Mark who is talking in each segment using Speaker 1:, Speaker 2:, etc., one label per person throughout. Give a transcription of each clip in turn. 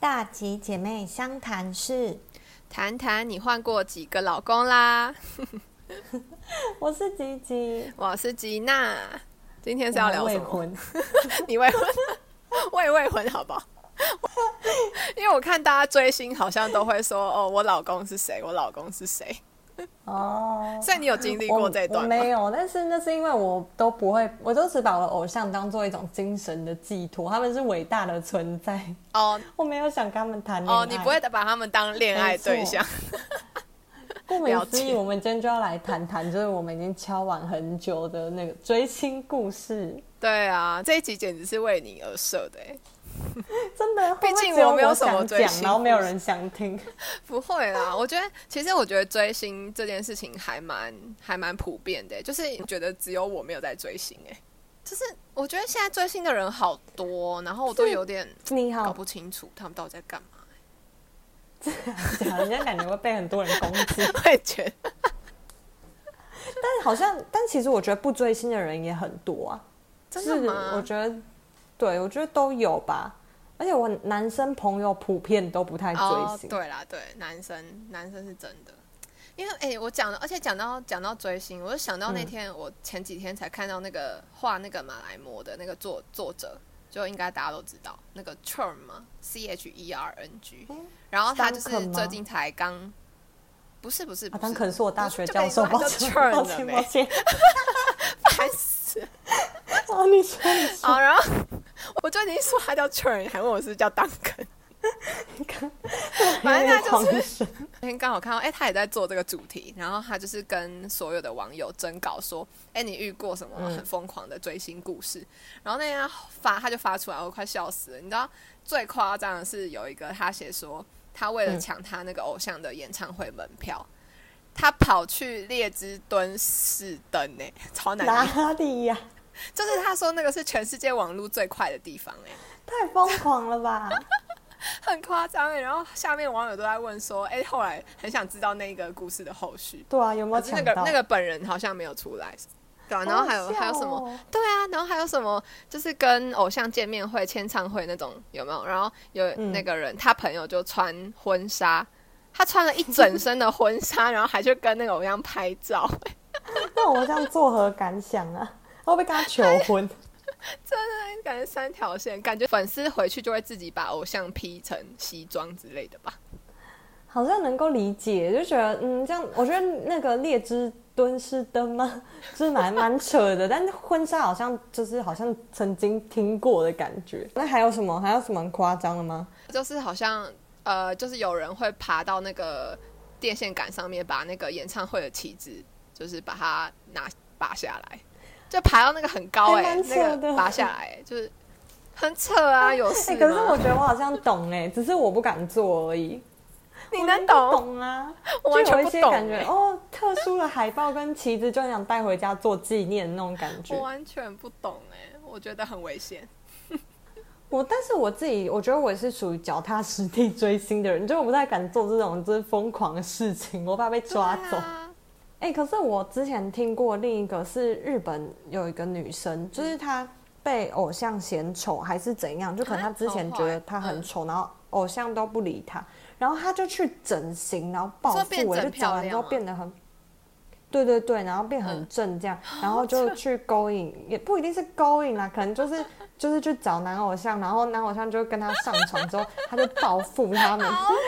Speaker 1: 大吉姐妹相谈室，
Speaker 2: 谈谈你换过几个老公啦？
Speaker 1: 我是吉吉，
Speaker 2: 我是吉娜，今天是要聊
Speaker 1: 我
Speaker 2: 什
Speaker 1: 未
Speaker 2: 么？
Speaker 1: 婚，
Speaker 2: 你未婚？我也未婚，好不好？ 因为我看大家追星好像都会说哦，我老公是谁？我老公是谁？
Speaker 1: 哦，
Speaker 2: 所以你有经历
Speaker 1: 我
Speaker 2: 过这
Speaker 1: 我
Speaker 2: 一段吗？
Speaker 1: 没有，但是那是因为我都不会，我都只把我的偶像当做一种精神的寄托，他们是伟大的存在，
Speaker 2: 哦
Speaker 1: 我没有想跟他们谈恋爱。
Speaker 2: 哦，你不会把他们当恋爱对象？
Speaker 1: 顾名思
Speaker 2: 了
Speaker 1: 义，
Speaker 2: 解
Speaker 1: 我们今天就要来谈谈，就是我们已经敲完很久的那个追星故事。
Speaker 2: 对啊，这一集简直是为你而设的欸，
Speaker 1: 真的，
Speaker 2: 毕竟
Speaker 1: 会不会只有
Speaker 2: 我没有
Speaker 1: 有
Speaker 2: 什么追
Speaker 1: 想
Speaker 2: 星
Speaker 1: 讲，然后没有
Speaker 2: 故事
Speaker 1: 人想听。
Speaker 2: 不会啦，我觉得其实我觉得追星这件事情还蛮还蛮普遍的，欸就是我觉得只有我没有在追星哎，就是我觉得现在追星的人好多，然后我都有点
Speaker 1: 你
Speaker 2: 搞
Speaker 1: 好，
Speaker 2: 不清楚他们到底在干嘛，
Speaker 1: 讲人家感觉会被很多人攻击。
Speaker 2: 我也觉得
Speaker 1: 但好像，但其实我觉得不追星的人也很多啊。
Speaker 2: 真
Speaker 1: 是
Speaker 2: 的
Speaker 1: 我
Speaker 2: 吗？
Speaker 1: 觉得，对我觉得都有吧。而且我男生朋友普遍都不太追
Speaker 2: 哦，
Speaker 1: 星。
Speaker 2: 对啦，对，男生男生是真的。因为哎、我讲了，而且讲到讲到追星，我就想
Speaker 1: 嗯
Speaker 2: 到那天、我前几天才看到那个画那个马来貘的那个作作者，就应该大家都知道那个 Chern 嘛，C H E R N G，、然后他就是
Speaker 1: 丹肯吗
Speaker 2: 最近才刚，不是不是不
Speaker 1: 啊，
Speaker 2: 是，
Speaker 1: 丹 肯是我大学教授，
Speaker 2: 就跟
Speaker 1: 抱
Speaker 2: 你
Speaker 1: 歉，
Speaker 2: 说他
Speaker 1: 抱
Speaker 2: 叫 Chern 了
Speaker 1: 歉，
Speaker 2: 没
Speaker 1: 抱歉。
Speaker 2: 烦死了。
Speaker 1: 哦，你说你说，
Speaker 2: 好，然后我就已经说他叫 Chern，你还问我是不是叫 Duncan，
Speaker 1: 你看，
Speaker 2: 反正他就是
Speaker 1: 狂神
Speaker 2: 那天刚好看到，哎、他也在做这个主题，然后他就是跟所有的网友征稿说，哎、你遇过什么很疯狂的追星故事？然后那天他发他就发出来，我快笑死了。你知道最夸张的是有一个他写说，他为了抢他那个偶像的演唱会门票，他跑去列支敦士登、哎，超难念，
Speaker 1: 哪里呀、
Speaker 2: 就是他说那个是全世界网络最快的地方、哎。
Speaker 1: 太疯狂了吧！
Speaker 2: 很夸张哎，然后下面网友都在问说，哎、后来很想知道那个故事的后续，
Speaker 1: 对啊，有没有
Speaker 2: 可是那
Speaker 1: 抢
Speaker 2: 个
Speaker 1: 到？
Speaker 2: 那个本人好像没有出来，对啊，然后还有、
Speaker 1: 好好笑
Speaker 2: 还有什
Speaker 1: 哦
Speaker 2: 么？对啊，然后还有什么？就是跟偶像见面会、签唱会那种有没有？然后有
Speaker 1: 嗯
Speaker 2: 那个人、他朋友就穿婚纱，他穿了一整身的婚纱，然后还去跟那个偶像拍照，
Speaker 1: 那我这样作何感想啊？会不会跟他求婚？
Speaker 2: 感觉三条线，感觉粉丝回去就会自己把偶像 P 成西装之类的吧。
Speaker 1: 好像能够理解，就觉得嗯，这样我觉得那个列支敦士登吗？啊 就是蛮蛮扯的，但是婚纱好像就是好像曾经听过的感觉。那还有什么？还有什么很夸张的吗？
Speaker 2: 就是好像呃，就是有人会爬到那个电线杆上面，把那个演唱会的旗帜，就是把它拿拔下来，就爬到那个很高
Speaker 1: 还
Speaker 2: 哎、
Speaker 1: 蛮扯
Speaker 2: 那
Speaker 1: 的
Speaker 2: 个拔下来、就是很扯啊，有事
Speaker 1: 哎、
Speaker 2: 吗？
Speaker 1: 可是我觉得我好像懂哎、只是我不敢做而已。
Speaker 2: 你
Speaker 1: 我
Speaker 2: 能
Speaker 1: 懂
Speaker 2: 懂？
Speaker 1: 啊？
Speaker 2: 我完
Speaker 1: 就有
Speaker 2: 全
Speaker 1: 一
Speaker 2: 不
Speaker 1: 些
Speaker 2: 懂
Speaker 1: 感觉
Speaker 2: 欸
Speaker 1: 哦，特殊的海报跟旗子就很想带回家做纪念那种感觉。
Speaker 2: 我完全不懂哎、我觉得很危险。
Speaker 1: 我但是我自己，我觉得我也是属于脚踏实地追星的人， 就我不太敢做这种就是疯狂的事情，我怕被抓走。
Speaker 2: 对啊
Speaker 1: 哎、可是我之前听过另一个是日本有一个女生，就是她被偶像嫌丑还是怎样，就可能她
Speaker 2: 啊
Speaker 1: 之前觉得她很丑，然后偶像都不理她，然后她就去整形，然后暴
Speaker 2: 说变
Speaker 1: 富、欸，
Speaker 2: 整
Speaker 1: 就整完之后
Speaker 2: 漂亮吗啊
Speaker 1: 变得很。对对对，然后变
Speaker 2: 嗯
Speaker 1: 很正这样，然 后就去勾引，也不一定是勾引啦，可能就是就是去找男偶像，然后男偶像就跟她上床之后，她就报复他们，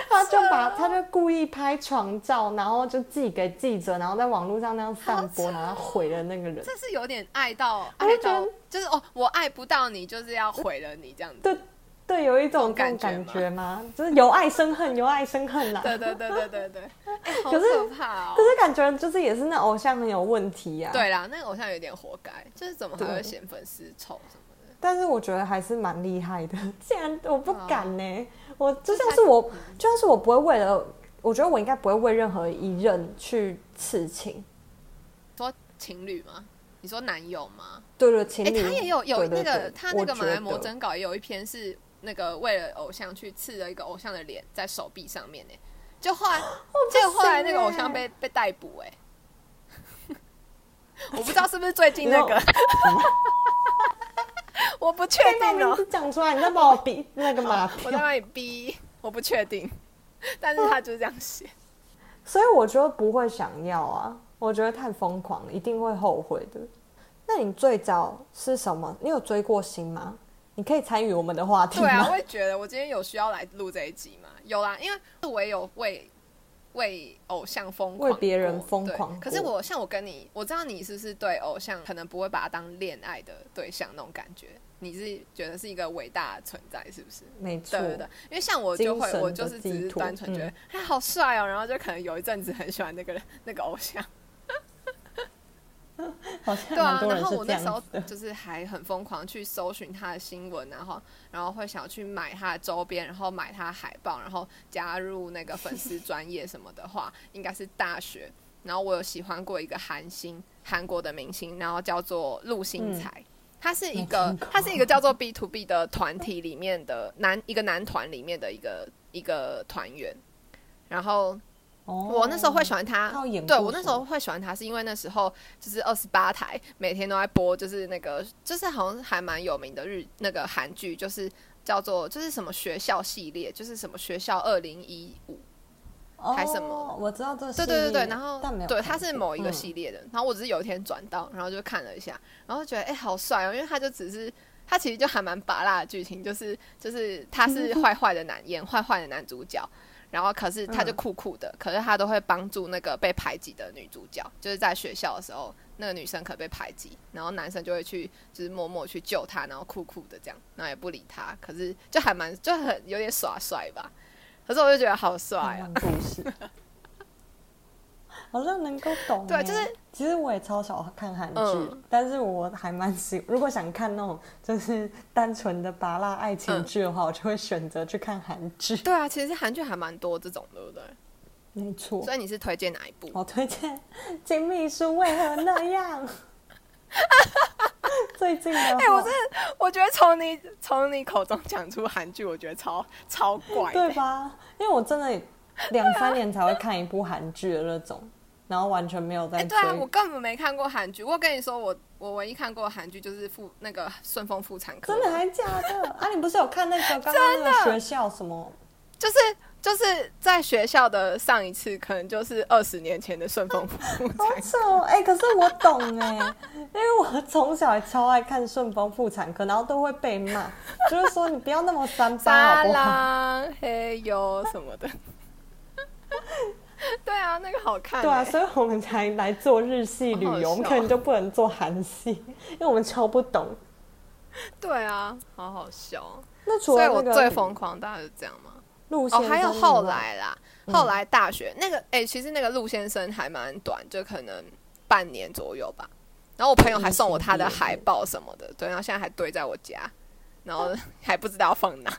Speaker 1: 她就把
Speaker 2: 哦
Speaker 1: 她就故意拍床照，然后就寄给记者，然后在网络上那样散播，然后毁
Speaker 2: 哦
Speaker 1: 了那个人。
Speaker 2: 这是有点爱到
Speaker 1: 我就
Speaker 2: 爱到
Speaker 1: 觉得，
Speaker 2: 就是哦，我爱不到你，就是要毁了你这样子。
Speaker 1: 对对，有一种这种
Speaker 2: 这种感
Speaker 1: 感
Speaker 2: 觉
Speaker 1: 觉吗？就是由爱生恨，由爱生恨啦。
Speaker 2: 对对对对对对，哎、好
Speaker 1: 可是
Speaker 2: 可怕哦！
Speaker 1: 可是感觉就是也是那偶像很有问题呀、，
Speaker 2: 对啦，那个偶像有点活该，就是怎么还会
Speaker 1: 啊对
Speaker 2: 嫌粉丝丑什么的？
Speaker 1: 但是我觉得还是蛮厉害 的。既然我不敢呢、
Speaker 2: 哦
Speaker 1: 我就像
Speaker 2: 还
Speaker 1: 是我，就像是我不会为了，我觉得我应该不会为任何一任去刺青。
Speaker 2: 说情侣吗？你说男友吗？
Speaker 1: 对对，情
Speaker 2: 哎、
Speaker 1: 侣、
Speaker 2: 他也有有
Speaker 1: 对
Speaker 2: 那
Speaker 1: 对
Speaker 2: 个
Speaker 1: 对
Speaker 2: 他那
Speaker 1: 我
Speaker 2: 个马来
Speaker 1: 觉
Speaker 2: 模
Speaker 1: 得
Speaker 2: 征稿也有一篇是那个为了偶像去刺了一个偶像的脸在手臂上面呢、就 后来结果后来那个偶像被被逮捕 哎、我不知道是不是最近那个， 我不确
Speaker 1: 把
Speaker 2: 定
Speaker 1: 名
Speaker 2: 哦，
Speaker 1: 字讲出来，你再把我 逼那个马
Speaker 2: 我在
Speaker 1: 票。
Speaker 2: 帮你逼，我不确定，但是他就是这样写。
Speaker 1: 所以我觉得不会想要啊，我觉得太疯狂了，一定会后悔的。那你最早是什么？你有追过星吗？你可以参与我们的话题吗？
Speaker 2: 对啊，我也觉得我今天有需要来录这一集嘛，有啦，因为我也有为为偶像疯狂过，
Speaker 1: 为别人疯
Speaker 2: 对
Speaker 1: 狂
Speaker 2: 可是
Speaker 1: 过
Speaker 2: 我像我跟你，我知道你是不是对偶像可能不会把他当恋爱的对象那种感觉，你是觉得是一个伟大的存在，是不是？
Speaker 1: 没错
Speaker 2: 对，对对，因为像我就
Speaker 1: 精
Speaker 2: 会，
Speaker 1: 神
Speaker 2: 我
Speaker 1: 的
Speaker 2: 就是只
Speaker 1: 寄
Speaker 2: 是
Speaker 1: 托
Speaker 2: 单纯觉得
Speaker 1: 嗯，
Speaker 2: 哎、好帅哦，然后就可能有一阵子很喜欢那个人，那个偶像。
Speaker 1: 好像
Speaker 2: 对啊
Speaker 1: 蛮，多
Speaker 2: 然
Speaker 1: 人
Speaker 2: 后
Speaker 1: 是
Speaker 2: 我
Speaker 1: 这
Speaker 2: 那时候
Speaker 1: 样子的。
Speaker 2: 就是还很疯狂去搜寻他的新闻，啊然后然后会想要去买他的周边，然后买他的海报，然后加入那个粉丝专业什么的话，应该是大学。然后我有喜欢过一个韩星，韩国的明星，然后叫做陆星
Speaker 1: 嗯
Speaker 2: 材。他是一
Speaker 1: 没
Speaker 2: 个
Speaker 1: 听过，
Speaker 2: 他是一个叫做 B to B 的团体里面的男一个男团里面的一个一个团员，然后我
Speaker 1: 我
Speaker 2: 那时候会喜欢他
Speaker 1: 他有演，
Speaker 2: 对
Speaker 1: 过
Speaker 2: 我那
Speaker 1: 什
Speaker 2: 时候
Speaker 1: 么
Speaker 2: 会喜欢他，是因为那时候就是二十八台每天都在播，就是那个就是好像还蛮有名的日那个韩剧，就是叫做就是什么学校系列，就是什么学校二零一五，还什么
Speaker 1: 哦我知道这
Speaker 2: 对对对对，然后
Speaker 1: 但没有
Speaker 2: 对
Speaker 1: 看
Speaker 2: 他是
Speaker 1: 过
Speaker 2: 某一个
Speaker 1: 嗯
Speaker 2: 系列的，然后我只是有一天转到，然后就看了一下，然后觉得哎、好帅哦，因为他就只是。他其实就还蛮拔辣的剧情，就是就是他是
Speaker 1: 嗯
Speaker 2: 坏坏的男演坏坏的男主角，然后可是他就
Speaker 1: 嗯
Speaker 2: 酷酷的，可是他都会帮助那个被排挤的女主角，就是在学校的时候，那个女生可能被排挤，然后男生就会去就是默默去救她，然后酷酷的这样，然后也不理她，可是就还蛮就很有点耍帅吧，可是我就觉得好帅
Speaker 1: 浪
Speaker 2: 啊，
Speaker 1: 漫故事，好像能够懂欸。
Speaker 2: 对就是
Speaker 1: 其实我也超少看韩剧，
Speaker 2: 嗯
Speaker 1: 但是我还蛮喜。如果想看那种就是单纯的拔辣爱情剧的话，我就会选择去看韩 剧。
Speaker 2: 对啊，其实韩剧还蛮多这种，对不对？
Speaker 1: 没错
Speaker 2: 所，以你是推荐哪一部？
Speaker 1: 我推荐《金秘书为何那 样》。 最近的话，
Speaker 2: 哎我真我觉得从你从你口中讲出韩剧，我觉得超超怪的
Speaker 1: 对吧？因为我真的两
Speaker 2: 啊
Speaker 1: 三年才会看一部韩剧的那种，然后完全没有在
Speaker 2: 哎、
Speaker 1: 追。
Speaker 2: 对啊，我根本没看过韩剧。我跟你说，我我唯一看过的韩剧就是妇那个《顺丰妇产科》，
Speaker 1: 真的还假的？ 啊，你不是有看那个刚刚那个学校什么？
Speaker 2: 就是就是在学校的上一次，可能就是二十年前的《顺丰妇产科
Speaker 1: 好》丑哦哎、可是我懂哎、因为我从小也超爱看《顺丰妇产科》，然后都会被骂，就是说你不要那么 三八
Speaker 2: 沙
Speaker 1: 好不好？
Speaker 2: 朗嘿哟什么的。 对啊，那个好看、欸。
Speaker 1: 对啊，所以我们才来做日系旅
Speaker 2: 好好
Speaker 1: 游，
Speaker 2: 笑
Speaker 1: 我们可能就不能做韩系，因为我们超不懂。
Speaker 2: 对啊，好好笑哦。
Speaker 1: 那除
Speaker 2: 所以
Speaker 1: 了
Speaker 2: 我
Speaker 1: 啊那
Speaker 2: 最
Speaker 1: 个
Speaker 2: 疯狂，大概是这样吗？
Speaker 1: 路线、
Speaker 2: 哦，还有后，来啦，
Speaker 1: 嗯
Speaker 2: 后来大学、那个，哎、其实那个陆先生还蛮短，就可能半年左右吧。然后我
Speaker 1: 哦
Speaker 2: 朋友还送我他的海报什么的，对，然后现在还堆在我家，然 后还不知道放哪。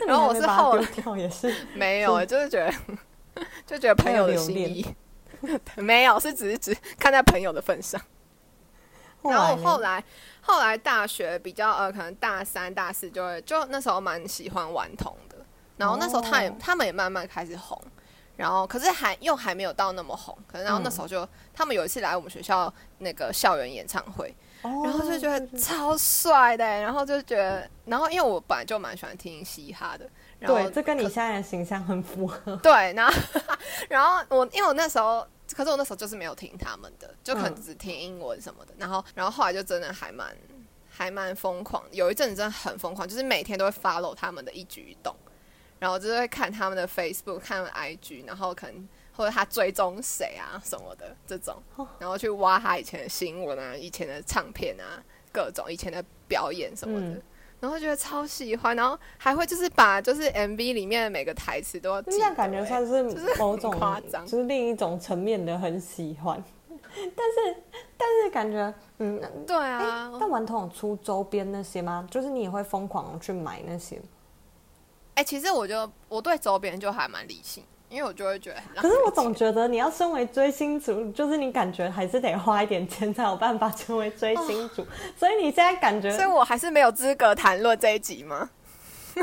Speaker 1: 那你
Speaker 2: 然后
Speaker 1: 还
Speaker 2: 我
Speaker 1: 没
Speaker 2: 是
Speaker 1: 把它
Speaker 2: 后
Speaker 1: 丢
Speaker 2: 来
Speaker 1: 掉也是
Speaker 2: 没有、就是觉得就觉得朋友的心意， 没有，是只是只看在朋友的份上。
Speaker 1: 后
Speaker 2: 然后
Speaker 1: 来
Speaker 2: 我
Speaker 1: 呢
Speaker 2: 后来后来大学比较呃，可能大三大四就会就那时候蛮喜欢顽童的，然后那时候他也、
Speaker 1: 哦
Speaker 2: 他们也慢慢开始红，然后可是还又还没有到那么红，可是然后那时候
Speaker 1: 嗯
Speaker 2: 就、他们有一次来我们学校那个校园演唱会，
Speaker 1: 哦
Speaker 2: 然后就觉得超帅的欸、然后就觉得，然后因为我本来就蛮喜欢听嘻哈的，然后
Speaker 1: 对，这跟你现在的形象很符合。
Speaker 2: 对，然后然后我因为我那时候，可是我那时候就是没有听他们的，就可能
Speaker 1: 嗯
Speaker 2: 只听英文什么的。然后然后后来就真的还蛮还蛮疯狂，有一阵子真的很疯狂，就是每天都会 follow 他们的一举一动，然后就是会看他们的 Facebook，看他们啊的 IG，然后可能。或者他追踪谁啊什么的这种，
Speaker 1: 哦
Speaker 2: 然后去挖他以前的新闻啊、以前的唱片啊、各种以前的表演什么的，
Speaker 1: 嗯
Speaker 2: 然后觉得超喜欢，然后还会就是把就是 MV 里面的每个台词都要
Speaker 1: 这
Speaker 2: 记得、
Speaker 1: 样感觉
Speaker 2: 欸
Speaker 1: 算是
Speaker 2: 就是
Speaker 1: 某
Speaker 2: 很
Speaker 1: 种，
Speaker 2: 夸张
Speaker 1: 就是另一种层面的很喜欢。但是，但是感觉，嗯，
Speaker 2: 对啊，
Speaker 1: 但顽童有出周边那些吗？就是你也会疯狂地去买那些吗？
Speaker 2: 啊哎、其实我就我对周边就还蛮理性，因为我就会觉得很浪
Speaker 1: 可
Speaker 2: 费
Speaker 1: 是我
Speaker 2: 钱
Speaker 1: 总觉得你要身为追星族，就是你感觉还是得花一点钱才有办法成为追星族，所以你现在感觉，
Speaker 2: 哦所以我还是没有资格谈论这一集吗？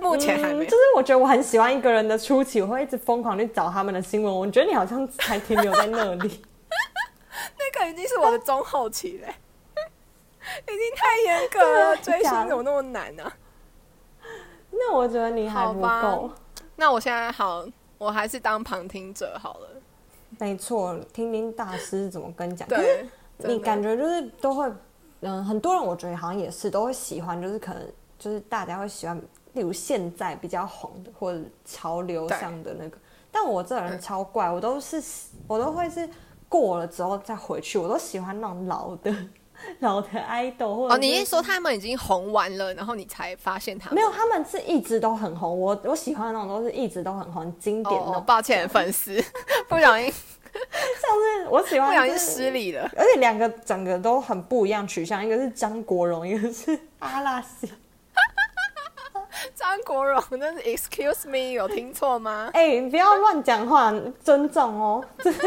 Speaker 2: 目前还
Speaker 1: 嗯，
Speaker 2: 没
Speaker 1: 就是
Speaker 2: 有。
Speaker 1: 我觉得我很喜欢一个人的初期，我会一直疯狂去找他们的新闻。我觉得你好像还停留在那里。
Speaker 2: 那个已经是我的中后期嘞、已经太严格了，
Speaker 1: 对
Speaker 2: 追
Speaker 1: 啊
Speaker 2: 星怎么那么难呢、
Speaker 1: 那我觉得你还
Speaker 2: 好
Speaker 1: 不
Speaker 2: 吧
Speaker 1: 够。
Speaker 2: 那我现在好，我还是当旁听者好了。
Speaker 1: 没错，听听大师怎么跟你讲。可是
Speaker 2: 对，
Speaker 1: 你
Speaker 2: 真的
Speaker 1: 感觉就是都会，嗯，很多人我觉得好像也是都会喜欢，就是可能就是大家会喜欢，例如现在比较红的或者潮流
Speaker 2: 对
Speaker 1: 上的那个。但我这人
Speaker 2: 嗯
Speaker 1: 超怪，我都是我都会是过了之后再回去，我都喜欢那种老的 老的爱豆或者
Speaker 2: 哦，你
Speaker 1: 是
Speaker 2: 一说他们已经红完了，然后你才发现他们
Speaker 1: 没有，他们是一直都很红。我我喜欢的那种都是一直都很红，经典
Speaker 2: 哦
Speaker 1: 的。
Speaker 2: 哦，抱歉，粉丝不小 心
Speaker 1: 像是我喜
Speaker 2: 不
Speaker 1: 欢
Speaker 2: 小
Speaker 1: 就
Speaker 2: 心
Speaker 1: 是
Speaker 2: 失礼了。
Speaker 1: 而且两个整个都很不一样取向，一个是张国荣，一个是阿拉西。
Speaker 2: 张国荣，那是 Excuse me，有听错吗？
Speaker 1: 哎、你不要乱讲话，尊重哦。 就是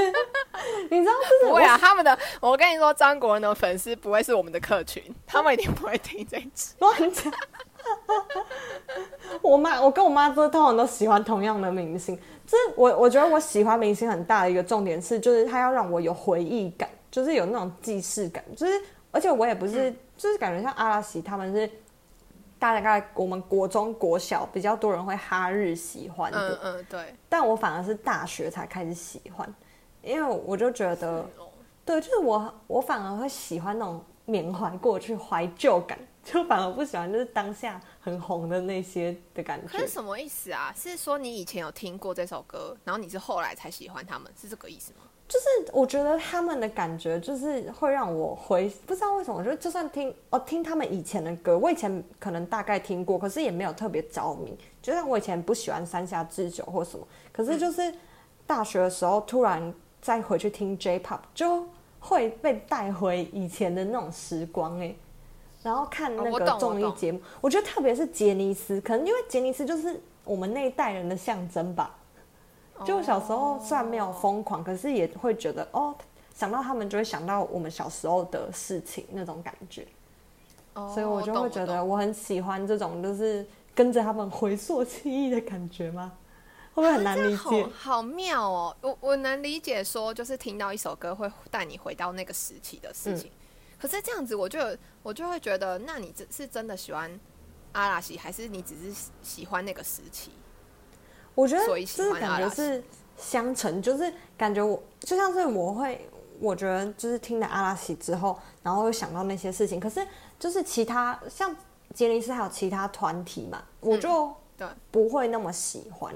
Speaker 1: 你知道，就是
Speaker 2: 不
Speaker 1: 我
Speaker 2: 会啊，他们的，我跟你说，张国荣的粉丝不会是我们的客 群，他们一定不会听这一集。
Speaker 1: 乱讲。 我妈，我跟我妈都通常都喜欢同样的明星。这我我觉得我喜欢明星很大的一个重点是，就是他要让我有回忆感，就是有那种既视感，就是而且我也不
Speaker 2: 嗯
Speaker 1: 是，就是感觉像阿拉西他们是。大概我们国中、国小比较多人会哈日喜欢的，
Speaker 2: 嗯嗯，对。
Speaker 1: 但我反而是大学才开始喜欢，因为我就觉得，
Speaker 2: 哦
Speaker 1: 对，就是我我反而会喜欢那种缅怀过去、怀旧感， 就反而不喜欢就是当下很红的那些的感
Speaker 2: 可
Speaker 1: 觉
Speaker 2: 是。什么意思啊？是说你以前有听过这首歌，然后你是后来才喜欢他们，是这个意思吗？
Speaker 1: 就是我觉得他们的感觉，就是会让我回，不知道为什么，我觉得就算听哦听他们以前的歌，我以前可能大概听过，可是也没有特别着迷。就像我以前不喜欢山下智久或什么，可
Speaker 2: 嗯
Speaker 1: 是就是大学的时候突然再回去听 J-pop，就会被带回以前的那种时光哎、然后看那
Speaker 2: 哦我
Speaker 1: 个
Speaker 2: 懂
Speaker 1: 综艺
Speaker 2: 我懂
Speaker 1: 节目，我觉得特别是杰尼斯，可能因为杰尼斯就是我们那一代人的象征吧。就小时候虽然没有疯狂，可是也会觉得哦，想到他们就会想到我们小时候的事情那种感觉，
Speaker 2: 哦，
Speaker 1: 所以我就
Speaker 2: 懂
Speaker 1: 会觉
Speaker 2: 懂
Speaker 1: 得我很喜欢这种就是跟着他们回溯记忆的感觉吗？会不会很难理
Speaker 2: 啊好
Speaker 1: 解？
Speaker 2: 好妙哦！我我能理解说，就是听到一首歌会带你回到那个时期的事情。可是这样子，我就有我就会觉得，那你这是真的喜欢阿拉西，还是你只是喜喜欢那个时期？
Speaker 1: 我觉得
Speaker 2: 所以喜
Speaker 1: 就是
Speaker 2: 欢阿
Speaker 1: 感
Speaker 2: 拉
Speaker 1: 觉
Speaker 2: 西
Speaker 1: 是相乘，就是感觉我就像是我会，我觉得就是听了阿拉西之后，然后又想到那些事情，可是就是其他像杰尼斯还有其他团体嘛，
Speaker 2: 嗯
Speaker 1: 我就。
Speaker 2: 对，
Speaker 1: 不会那么喜欢，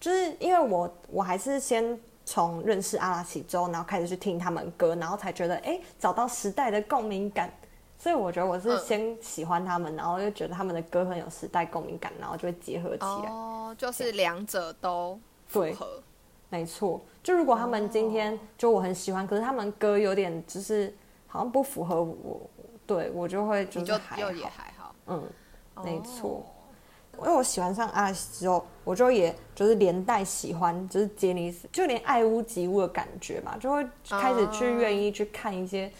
Speaker 1: 就是因为我我还是先从认识阿拉奇之后，然后开始去听他们歌，然后才觉得哎、诶找到时代的共鸣感。所以我觉得我是
Speaker 2: 嗯
Speaker 1: 先喜欢他们，然后又觉得他们的歌很有时代共鸣感，然后就会结合起来。
Speaker 2: 哦，就是两者都符
Speaker 1: 对，
Speaker 2: 合。
Speaker 1: 没错。就如果他们
Speaker 2: 哦
Speaker 1: 今天、就我很喜欢，可是他们歌有点就是好像不符合我，对我就会就
Speaker 2: 你
Speaker 1: 是
Speaker 2: 就
Speaker 1: 还
Speaker 2: 又也
Speaker 1: 好，
Speaker 2: 还好，
Speaker 1: 嗯。没错
Speaker 2: 哦。
Speaker 1: 因为我喜欢上阿拉西之后，我就也就是连带喜欢，就是杰尼斯，就连爱屋及乌的感觉吧，就会开始去
Speaker 2: 哦
Speaker 1: 愿意去看一些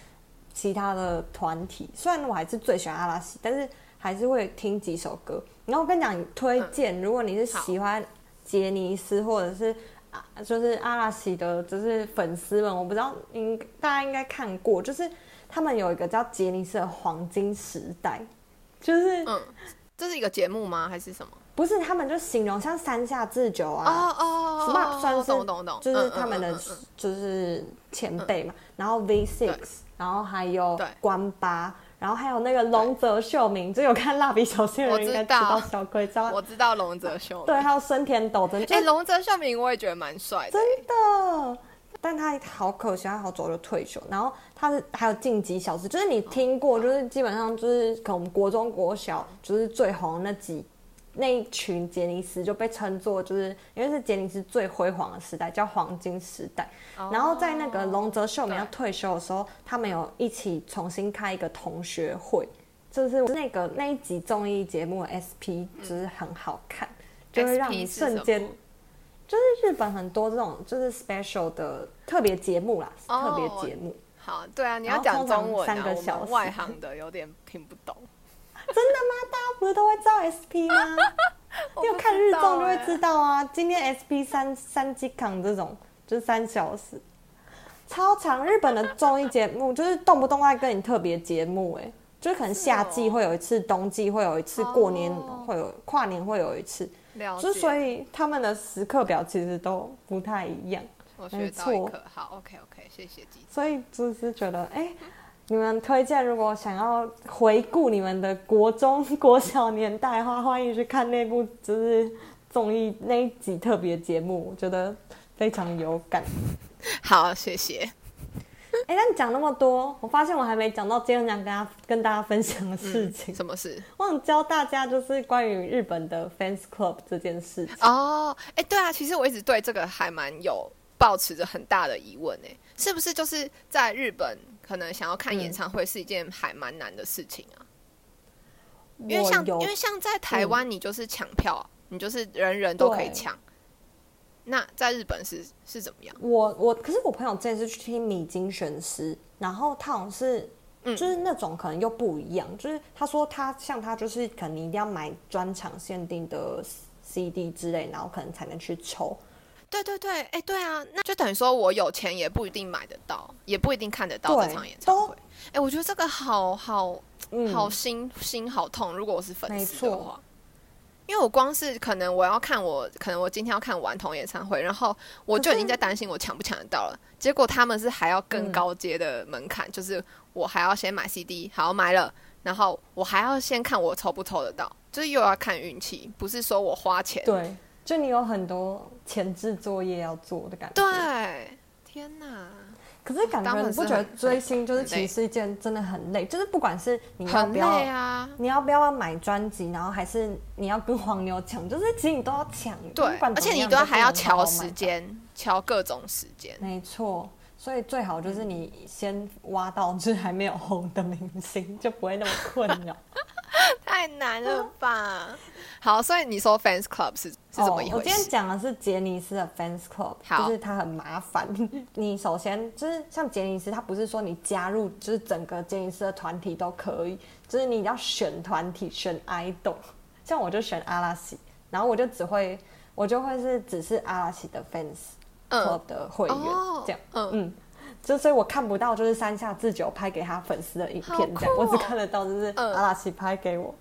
Speaker 1: 其他的团体。虽然我还是最喜欢阿拉西，但是还是会听几首歌。然后我跟你讲，推荐、如果你是喜欢杰尼斯或者是啊，就是阿拉西的，就是粉丝们，我不知道应大家应该看过，就是他们有一个叫杰尼斯的黄金时代，就是。
Speaker 2: 嗯，这是一个节目吗？还是什么？
Speaker 1: 不是，他们就形容像山下智久
Speaker 2: 哦
Speaker 1: 啊，
Speaker 2: 哦哦，
Speaker 1: 什
Speaker 2: 哦
Speaker 1: 么算
Speaker 2: 哦
Speaker 1: 是
Speaker 2: 懂懂懂，
Speaker 1: 就是
Speaker 2: 嗯
Speaker 1: 他们
Speaker 2: 嗯
Speaker 1: 的
Speaker 2: 嗯嗯嗯
Speaker 1: 就是前辈嘛。然后 V Six，
Speaker 2: 对
Speaker 1: 然后还有
Speaker 2: 对
Speaker 1: 关八，然后还有那个龙泽秀明，就有看《蜡笔小新》的
Speaker 2: 我
Speaker 1: 人应
Speaker 2: 知
Speaker 1: 该知
Speaker 2: 道
Speaker 1: 道小鬼招
Speaker 2: 我。知道龙泽秀
Speaker 1: 对，还有生田斗真，就
Speaker 2: 哎，
Speaker 1: 是
Speaker 2: 龙泽秀明我也觉得蛮帅的欸，
Speaker 1: 真的。但他好可惜，他好早就退休。然后他是还有晋级小子，就是你听过，就是基本上就是可能我们国中、国小就是最红的那几那一群杰尼斯就被称作就是因为是杰尼斯最辉煌的时代，叫黄金时代。
Speaker 2: 哦
Speaker 1: 然后在那个龙泽秀明要
Speaker 2: 对
Speaker 1: 退休的时候，他们有一起重新开一个同学会，就是那个那一集综艺节目 SP 就是很好看，就会让你
Speaker 2: SP 是什
Speaker 1: 瞬
Speaker 2: 么
Speaker 1: 间。就是日本很多这种就是 special 的特别节目啦，
Speaker 2: 哦
Speaker 1: 特别节目，
Speaker 2: 好，对啊，你
Speaker 1: 然
Speaker 2: 要
Speaker 1: 后
Speaker 2: 讲
Speaker 1: 通常
Speaker 2: 中文
Speaker 1: 三
Speaker 2: 啊，
Speaker 1: 个
Speaker 2: 我
Speaker 1: 小
Speaker 2: 们
Speaker 1: 时
Speaker 2: 外行的有点听不懂。
Speaker 1: 真的吗？ 大家不是都会知道 SP 吗？
Speaker 2: 我
Speaker 1: 你有
Speaker 2: 不
Speaker 1: 看
Speaker 2: 知
Speaker 1: 日
Speaker 2: 道
Speaker 1: 综就会
Speaker 2: 欸
Speaker 1: 知道啊。今天 SP 三三季扛这种就是三小时，超长。日本的综艺节目就是动不动在跟你特别节目、欸，就是可能夏季会有一次，冬季会有一次，过年
Speaker 2: 哦
Speaker 1: 会有，跨年会有一次，
Speaker 2: 了
Speaker 1: 就
Speaker 2: 解。
Speaker 1: 是所以他们的时刻表其实都不太一样，
Speaker 2: 我
Speaker 1: 没
Speaker 2: 学到一
Speaker 1: 错
Speaker 2: 课，好，OK OK，谢谢记者。
Speaker 1: 所以就是觉得哎。你们推荐，如果想要回顾你们的国中、 国小年代的话，欢迎去看那部就是综艺那一集特别节目，我觉得非常有感。
Speaker 2: 好，谢谢。
Speaker 1: 哎、但讲那么多，我发现我还没讲到今天想跟大家跟大家分享的事情。
Speaker 2: 什么事？
Speaker 1: 我想教大家就是关于日本的 fans club 这件事情。
Speaker 2: 哦，哎，对啊，其实我一直对这个还蛮有抱持着很大的疑问诶，是不是就是在日本可能想要看
Speaker 1: 嗯
Speaker 2: 演唱会是一件还蛮难的事情啊？因为
Speaker 1: 我
Speaker 2: 像
Speaker 1: 有嗯
Speaker 2: 因为像在台湾，你就是抢票，你就是人人都可以
Speaker 1: 对
Speaker 2: 抢。那在日本是是怎么样？
Speaker 1: 我我，可是我朋友这次去听米津玄师，然后他好像是。
Speaker 2: 嗯
Speaker 1: 就是那种可能又不一样，就是他说他像他就是可能你一定要买专场限定的 CD 之类，然后可能才能去抽。
Speaker 2: 对对对，哎，对啊，那就等于说我有钱也不一定买得到，也不一定看得到
Speaker 1: 对
Speaker 2: 这场演唱会。哎，我觉得这个好好
Speaker 1: 嗯，
Speaker 2: 好心心好痛。如果我是粉
Speaker 1: 没
Speaker 2: 丝的
Speaker 1: 错
Speaker 2: 话，因为我光是可能我要看我可能我今天要看顽童演唱会，然后我就已经在担心我抢不抢得到了。结果他们是还要
Speaker 1: 嗯
Speaker 2: 更高阶的门槛，就是我还要先买 CD，好买了，然后我还要先看我抽不抽得到，就是又要看运气，不是说我花钱。
Speaker 1: 对，就你有很多前置作业要做的感觉。
Speaker 2: 对，天哪！
Speaker 1: 可是感
Speaker 2: 当
Speaker 1: 觉
Speaker 2: 粉
Speaker 1: 你不
Speaker 2: 丝
Speaker 1: 觉得
Speaker 2: 很
Speaker 1: 追星就是
Speaker 2: 很
Speaker 1: 其
Speaker 2: 累
Speaker 1: 实是一件真的很累，就是不管是你要
Speaker 2: 很
Speaker 1: 不
Speaker 2: 累
Speaker 1: 要，
Speaker 2: 啊。
Speaker 1: 你要不要买专辑，然后还是你要跟黄牛抢，就是其实你都要抢，
Speaker 2: 对
Speaker 1: 不管，
Speaker 2: 而
Speaker 1: 怎
Speaker 2: 且
Speaker 1: 么
Speaker 2: 你
Speaker 1: 样
Speaker 2: 都
Speaker 1: 都
Speaker 2: 还要
Speaker 1: 调
Speaker 2: 调时，间，调各种时间。
Speaker 1: 没错。所以最好就是你先挖到就是还没有红的明星，就不会那么困 扰。
Speaker 2: 太难了吧？好，所以你说 fans club 是是怎么一
Speaker 1: 哦？我
Speaker 2: 回
Speaker 1: 今天
Speaker 2: 事？
Speaker 1: 讲的是杰尼斯的 fans club，
Speaker 2: 好
Speaker 1: 就是它很麻烦。你首先就是像杰尼斯，它不是说你加入就是整个杰尼斯的团体都可以，就是你要选团体选 idol。像我就选阿拉西，然后我就只会我就会是只是阿拉西的 fans
Speaker 2: 嗯
Speaker 1: club 的会员、
Speaker 2: 哦
Speaker 1: 这样。
Speaker 2: 嗯
Speaker 1: 嗯，就所以我看不到就是山下智久拍给他粉丝的影片这样，
Speaker 2: 好酷
Speaker 1: 我
Speaker 2: 哦
Speaker 1: 只看得到就是
Speaker 2: 嗯
Speaker 1: 阿拉西拍给我。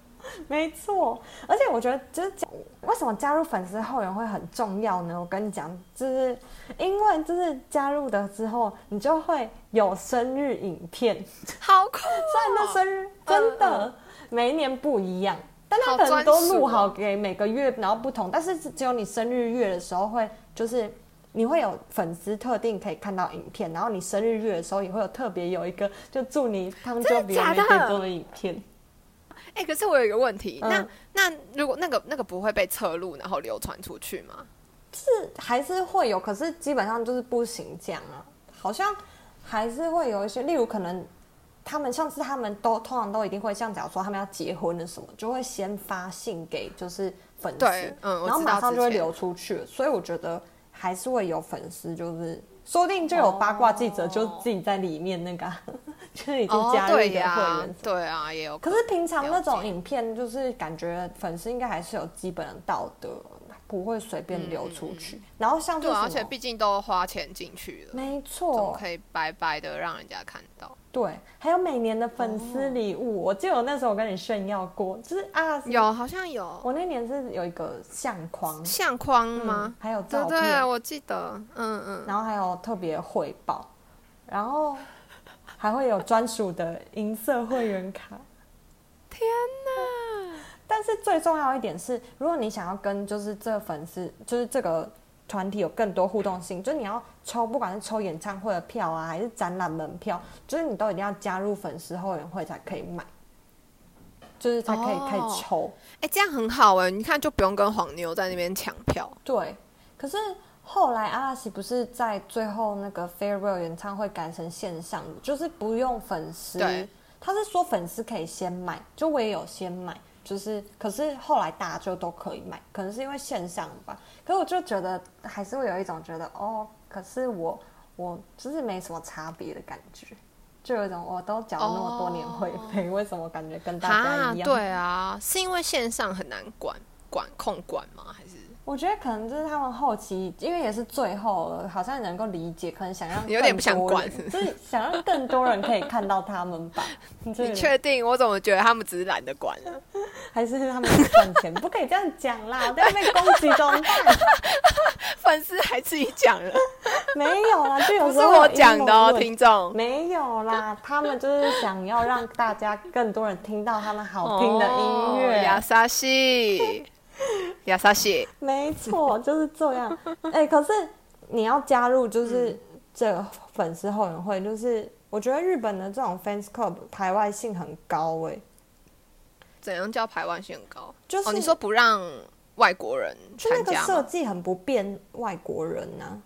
Speaker 1: 没错，而且我觉得就是讲为什么加入粉丝后援会很重要呢？我跟你讲，就是因为就是加入的之后，你就会有生日影片，虽
Speaker 2: 好酷、
Speaker 1: 然那
Speaker 2: 哦！
Speaker 1: 生日真的每一年不一样，但它
Speaker 2: 好
Speaker 1: 可能都
Speaker 2: 专属
Speaker 1: 录
Speaker 2: 哦
Speaker 1: 好给每个月，然后不同，但是只有你生日月的时候会就是。你会有粉丝特定可以看到影片，然后你生日月的时候也会有特别有一个，就祝你汤就比我
Speaker 2: 假
Speaker 1: 没
Speaker 2: 的
Speaker 1: 给多的影片。
Speaker 2: 哎、可是我有一个问题，
Speaker 1: 嗯
Speaker 2: 那那如果那个那个不会被测录，然后流传出去吗？
Speaker 1: 是还是会有，可是基本上就是不行这样啊，好像还是会有一些，例如可能他们像是他们都通常都一定会像，假如说他们要结婚了什么，就会先发信给就是粉丝，
Speaker 2: 对嗯我
Speaker 1: 然后
Speaker 2: 知道
Speaker 1: 马上就会
Speaker 2: 之前
Speaker 1: 流出去了，所以我觉得还是会有粉丝就是。说不定就有八卦记者就自己在里面那个啊、就是已经
Speaker 2: 哦，
Speaker 1: 加入的会
Speaker 2: 对
Speaker 1: 员
Speaker 2: 呀、
Speaker 1: 什么的
Speaker 2: 对啊，也有
Speaker 1: 可
Speaker 2: 可
Speaker 1: 是平常那
Speaker 2: 了
Speaker 1: 种
Speaker 2: 解
Speaker 1: 影片，就是感觉粉丝应该还是有基本的道德，不会随便流出去。然后像是
Speaker 2: 对、
Speaker 1: 什么，哦
Speaker 2: 啊，而且毕竟都花钱进去了，
Speaker 1: 没
Speaker 2: 怎么
Speaker 1: 错，
Speaker 2: 可以白白的让人家看到？
Speaker 1: 对，还有每年的粉丝礼
Speaker 2: 哦
Speaker 1: 物，我记得我那时候跟你炫耀过，就是啊，
Speaker 2: 有，好像有
Speaker 1: 我那年是有一个相框，嗯
Speaker 2: 相框吗？
Speaker 1: 还有
Speaker 2: 对
Speaker 1: 照片，
Speaker 2: 对，我记得，嗯嗯，
Speaker 1: 然后还有特别汇报，然后还会有专属的银色会员卡。
Speaker 2: 天哪！
Speaker 1: 但是最重要一点是，如果你想要跟就是这个粉丝，就是这个团体有更多互动性，就是你要抽，不管是抽演唱会的票啊，还是展览门票，就是你都一定要加入粉丝后援会才可以买，就是才可以、
Speaker 2: 哦
Speaker 1: 可以抽。
Speaker 2: 哎、这样很好哎、你看就不用跟黄牛在那边抢票。
Speaker 1: 对，可是后来阿拉西不是在最后那个 farewell 演唱会改成线上，就是不用粉丝
Speaker 2: 对。
Speaker 1: 他是说粉丝可以先买，就我也有先买，就是可是后来大家就都可以买，可能是因为线上吧。可是我就觉得还是会有一种觉得哦，可是我我就是没什么差别的感觉。就有一种我都缴了那么多年会费为什么感觉跟大家一样？
Speaker 2: 对啊，是因为线上很难管管控管吗？还是
Speaker 1: 我觉得可能就是他们后期，因为也是最后了，好像能够理解，可能想让
Speaker 2: 有点不想管
Speaker 1: 更多人就是想让更多人可以看到他们 吧。
Speaker 2: 你确定？我怎么觉得他们只是懒得管 了？
Speaker 1: 还是他们想赚钱？不可以这样讲啦，我都要被攻击怎么办？
Speaker 2: 粉丝还自己讲了，
Speaker 1: 没有啦，就有
Speaker 2: 不
Speaker 1: 时
Speaker 2: 是
Speaker 1: 候
Speaker 2: 我
Speaker 1: 有阴
Speaker 2: 讲的
Speaker 1: 谋
Speaker 2: 哦，
Speaker 1: 论
Speaker 2: 听众。
Speaker 1: 没有啦，他们就是想要让大家更多人听到他们好听的音乐。
Speaker 2: 哦亚莎西，亚莎西，
Speaker 1: 没错，就是这 样。哎、可是你要加入
Speaker 2: 嗯
Speaker 1: 就是这个粉丝后援会，就是我觉得日本的这种 fans club 排外性很高哎、
Speaker 2: 怎样叫排外性很高？
Speaker 1: 就是
Speaker 2: 哦，你说不让外国人
Speaker 1: 就那
Speaker 2: 参
Speaker 1: 个
Speaker 2: 加
Speaker 1: 设
Speaker 2: 吗？
Speaker 1: 计很不变外国人呐、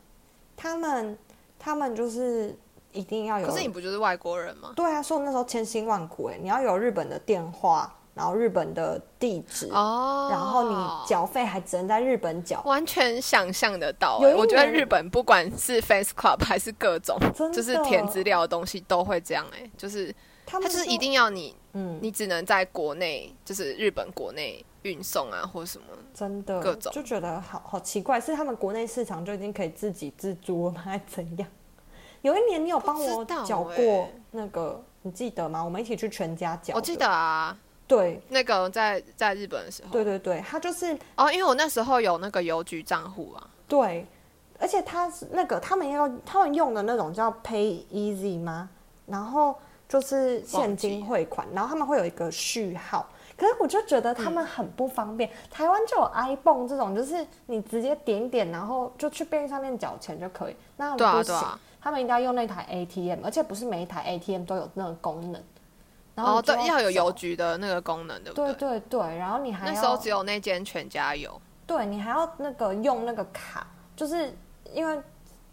Speaker 1: 他们他们就是一定要有。
Speaker 2: 可是你不就是外国人吗？
Speaker 1: 对啊，所以我那时候千辛万苦哎、你要有日本的电话，然后日本的地址，
Speaker 2: 哦，
Speaker 1: 然后你缴费还只能在日本缴，
Speaker 2: 完全想象得到欸、
Speaker 1: 有一
Speaker 2: 我觉得
Speaker 1: 年
Speaker 2: 日本不管是 Fans Club 还是各种
Speaker 1: 真的
Speaker 2: 就是填资料的东西都会这样哎、就是
Speaker 1: 他
Speaker 2: 它
Speaker 1: 们
Speaker 2: 就是
Speaker 1: 说
Speaker 2: 一定要你，
Speaker 1: 嗯，
Speaker 2: 你只能在国内，就是日本国内运送啊或什么。
Speaker 1: 真的
Speaker 2: 各种
Speaker 1: 就觉得好好奇怪，是他们国内市场就已经可以自给自足了吗？还怎样？有一年你有帮我
Speaker 2: 不知道
Speaker 1: 缴过
Speaker 2: 欸
Speaker 1: 那个，你记得吗？我们一起去全家缴，
Speaker 2: 我记，得啊，
Speaker 1: 对
Speaker 2: 那个在在日本的时候，
Speaker 1: 对对对，他就是
Speaker 2: 哦，因为我那时候有那个邮局账户啊，
Speaker 1: 对，而且他是那个他们要他们用的那种叫 Pay Easy 吗？然后就是现金汇款，然后他们会有一个序号。可是我就觉得他们很不方便，台湾就有 iPhone 这种，就是你直接点一点，然后就去便利商店缴钱就可以。那
Speaker 2: 对啊
Speaker 1: 不行，
Speaker 2: 对啊
Speaker 1: 他们一定要用那台 ATM，而且不是每一台 ATM 都有那个功能。然后
Speaker 2: 哦，
Speaker 1: 你就
Speaker 2: 对，要有
Speaker 1: 找
Speaker 2: 邮。局的那个功能，对不
Speaker 1: 对对对，然后你还要
Speaker 2: 那时候只有那间全家有，
Speaker 1: 对你还要那个用那个卡，就是因为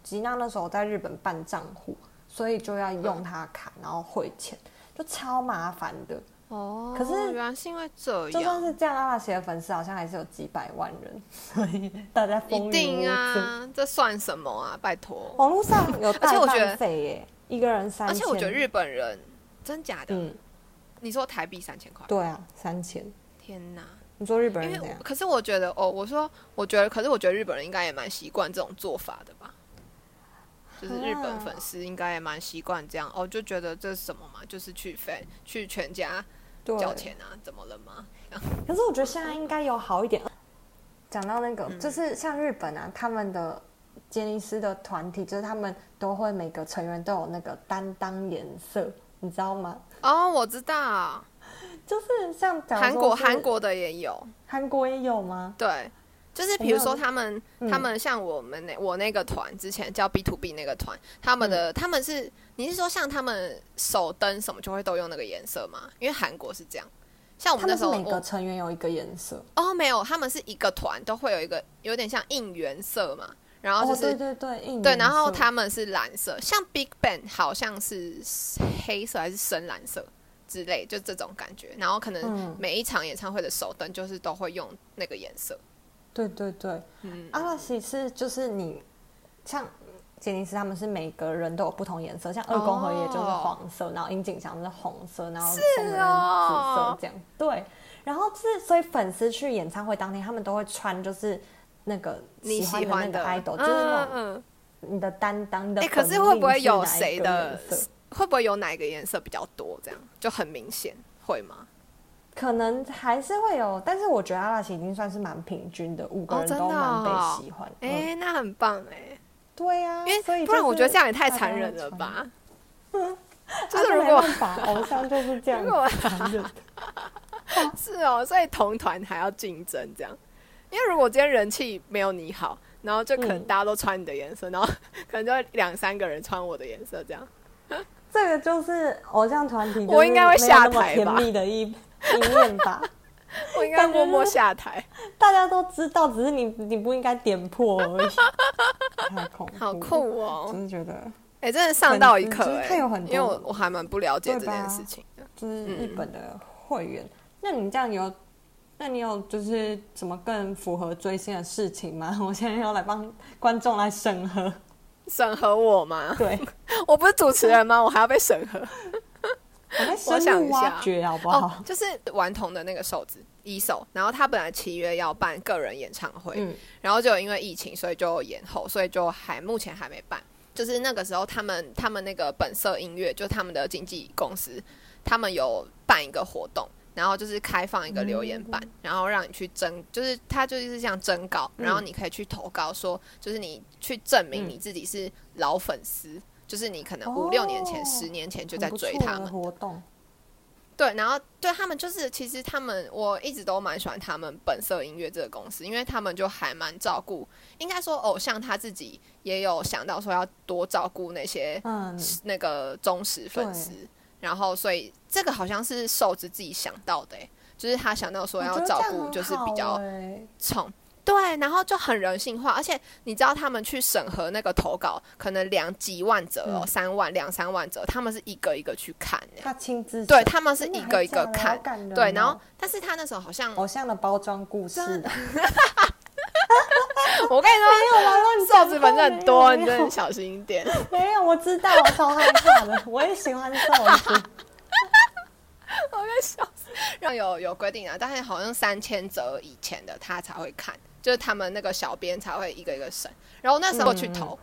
Speaker 1: 吉娜那时候在日本办账户，所以就要用她的卡，然后汇钱，就超麻烦的。
Speaker 2: 哦
Speaker 1: 可是
Speaker 2: 原来是因为这
Speaker 1: 就算
Speaker 2: 样，
Speaker 1: 是这样，阿拉奇的粉丝好像还是有几百万人，所以大家风
Speaker 2: 一
Speaker 1: 雨无
Speaker 2: 定
Speaker 1: 阻。哦
Speaker 2: 啊，这算什么啊？拜托，
Speaker 1: 网络上有
Speaker 2: 而且
Speaker 1: 代
Speaker 2: 我觉得
Speaker 1: 办费耶，一个人三
Speaker 2: 而
Speaker 1: 千，
Speaker 2: 且我觉得日本人真假的，
Speaker 1: 嗯，
Speaker 2: 你说台币三千块，
Speaker 1: 对啊，三千。
Speaker 2: 天哪！
Speaker 1: 你说日本
Speaker 2: 因
Speaker 1: 人怎
Speaker 2: 为我
Speaker 1: 样？
Speaker 2: 可是我觉得哦，我说我觉得，可是我觉得日本人应该也蛮习惯这种做法的吧。就是日本
Speaker 1: 啊
Speaker 2: 粉丝应该也蛮习惯这样哦，就觉得这是什么嘛，就是去飞去全家
Speaker 1: 对，
Speaker 2: 交钱啊，怎么了吗？
Speaker 1: 可是我觉得现在应该有好一点。讲到那个，就是像日本啊，他们的杰尼斯的团体，就是他们都会每个成员都有那个担当颜色，你知道吗？
Speaker 2: 哦，我知道，
Speaker 1: 就是像假如
Speaker 2: 韩国
Speaker 1: 说是
Speaker 2: 韩国的也有，
Speaker 1: 韩国也有吗？
Speaker 2: 对，就是比如说他们、
Speaker 1: 嗯
Speaker 2: 他们像我们那我那个团之前叫 B to B 那个团，他
Speaker 1: 嗯
Speaker 2: 们的、他们是你是说像他们手灯什么就会都用那个颜色吗？因为韩国是这样，像我
Speaker 1: 他
Speaker 2: 们那
Speaker 1: 们
Speaker 2: 时
Speaker 1: 是
Speaker 2: 候
Speaker 1: 每个
Speaker 2: 我
Speaker 1: 成员有一个颜色，
Speaker 2: 哦没有，他们是一个团都会有一个有点像应援色嘛，然后
Speaker 1: 哦，
Speaker 2: 就是、
Speaker 1: 对对对，应
Speaker 2: 对，
Speaker 1: 援
Speaker 2: 然后
Speaker 1: 色
Speaker 2: 他们是蓝色，像 Big Bang 好像是黑色还是深蓝色之类，就这种感觉。然后可能
Speaker 1: 嗯
Speaker 2: 每一场演唱会的首灯就是都会用那个颜色。
Speaker 1: 对对对，
Speaker 2: 嗯
Speaker 1: 阿拉西是就是你像杰尼斯他们是每个人都有不同颜色，像二宫和也就是黄色，然后樱井翔是红色，然后松原是紫
Speaker 2: 哦
Speaker 1: 色这样。对，然后是所以粉丝去演唱会当天，他们都会穿就是那个
Speaker 2: 你喜
Speaker 1: 喜欢
Speaker 2: 欢
Speaker 1: 的
Speaker 2: 的
Speaker 1: 那个 idol，、
Speaker 2: 嗯
Speaker 1: 就是那种
Speaker 2: 嗯
Speaker 1: 你的担当你的
Speaker 2: 哎
Speaker 1: 本命
Speaker 2: 可
Speaker 1: 哪一个颜色。
Speaker 2: 是会不会有谁的会不会有哪一个颜色比较多？这样就很明显，会吗？
Speaker 1: 可能还是会有，但是我觉得阿拉奇已经算是蛮平均的，五个
Speaker 2: 哦
Speaker 1: 人
Speaker 2: 真的
Speaker 1: 都蛮被
Speaker 2: 哦
Speaker 1: 喜欢。
Speaker 2: 哎、
Speaker 1: 嗯
Speaker 2: 那很棒哎、
Speaker 1: 对呀、
Speaker 2: 因为
Speaker 1: 所以
Speaker 2: 不然我觉得
Speaker 1: 就是
Speaker 2: 这样也太
Speaker 1: 大家
Speaker 2: 残
Speaker 1: 会
Speaker 2: 忍了
Speaker 1: 穿
Speaker 2: 吧？
Speaker 1: 啊
Speaker 2: 就是
Speaker 1: 这
Speaker 2: 如
Speaker 1: 没
Speaker 2: 果
Speaker 1: 办法，偶像就是这样
Speaker 2: 如果
Speaker 1: 残忍。
Speaker 2: 是哦，所以同团还要竞争这样，因为如果今天人气没有你好，然后就可能
Speaker 1: 嗯
Speaker 2: 大家都穿你的颜色，然后可能就两三个人穿我的颜色 这样。
Speaker 1: 这个就是偶像团体，
Speaker 2: 我应该会下台吧
Speaker 1: 甜蜜的一一面吧，
Speaker 2: 我应该默默下台，
Speaker 1: 大家都知道，只是你你不应该点破而 已。太恐怖，
Speaker 2: 好酷哦！
Speaker 1: 真的觉得
Speaker 2: 哎、真的上到一
Speaker 1: 粉丝
Speaker 2: 课
Speaker 1: 就是
Speaker 2: 哎、
Speaker 1: 他有很多
Speaker 2: 因为我我还蛮不了解这
Speaker 1: 对吧
Speaker 2: 件事情的。
Speaker 1: 就是日本的会员。
Speaker 2: 嗯
Speaker 1: 那你这样有，那你有就是怎么更符合追星的事情吗？ 我现在要来帮观众来审核，
Speaker 2: 审核我吗？
Speaker 1: 对，
Speaker 2: 我不是主持人吗？我还要被审核？
Speaker 1: 我在
Speaker 2: 我
Speaker 1: 深
Speaker 2: 想
Speaker 1: 入
Speaker 2: 一
Speaker 1: 挖
Speaker 2: 下
Speaker 1: 掘好不
Speaker 2: 哦
Speaker 1: 好？，
Speaker 2: 就是顽童的那个瘦子一手，然后他本来七月要办个人演唱会，
Speaker 1: 嗯
Speaker 2: 然后就因为疫情，所以就延后，所以就还目前还没办。就是那个时候，他们他们那个本色音乐，就他们的经纪公司，他们有办一个活动，然后就是开放一个留言板，然后让你去征，就是他就是像征稿，然后你可以去投稿说，就是你去证明你自己是老粉丝，就是你可能五六年前、
Speaker 1: 哦
Speaker 2: 十、年前就
Speaker 1: 很
Speaker 2: 在
Speaker 1: 不
Speaker 2: 追
Speaker 1: 错
Speaker 2: 他
Speaker 1: 的
Speaker 2: 们，
Speaker 1: 活动，
Speaker 2: 对，然后对他们就是，其实他们我一直都蛮喜欢他们本色音乐这个公司，因为他们就还蛮照顾，应该说偶像他自己也有想到说要多照顾那些
Speaker 1: 嗯，
Speaker 2: 那个忠实粉丝，然后所以这个好像是瘦子自己想到的、欸，就是他想到说
Speaker 1: 我
Speaker 2: 要
Speaker 1: 觉得
Speaker 2: 照
Speaker 1: 这样
Speaker 2: 顾
Speaker 1: 很
Speaker 2: 就是比
Speaker 1: 好
Speaker 2: 较
Speaker 1: 欸
Speaker 2: 宠。对，然后就很人性化，而且你知道他们去审核那个投稿，可能两几万折哦，
Speaker 1: 嗯
Speaker 2: 三万两三万折，他们是一个一个去看、欸，
Speaker 1: 他亲自
Speaker 2: 对
Speaker 1: 写
Speaker 2: 他们是
Speaker 1: 真的
Speaker 2: 一
Speaker 1: 还
Speaker 2: 个一个
Speaker 1: 假的好
Speaker 2: 看，
Speaker 1: 感人
Speaker 2: 对，然
Speaker 1: 哦
Speaker 2: 后但是他那时候好像，
Speaker 1: 偶像的包装故事，没有啦
Speaker 2: 我 跟你
Speaker 1: 乱讲
Speaker 2: 说，瘦子粉丝很多，
Speaker 1: 话
Speaker 2: 你
Speaker 1: 没有
Speaker 2: 真的小心一点。
Speaker 1: 没 有，我知道，我超害怕的，我也喜欢瘦子，
Speaker 2: 让有有规定啊，但是好像三千折以前的他才会看，就是他们那个小编才会一个一个审。然后那时候去投，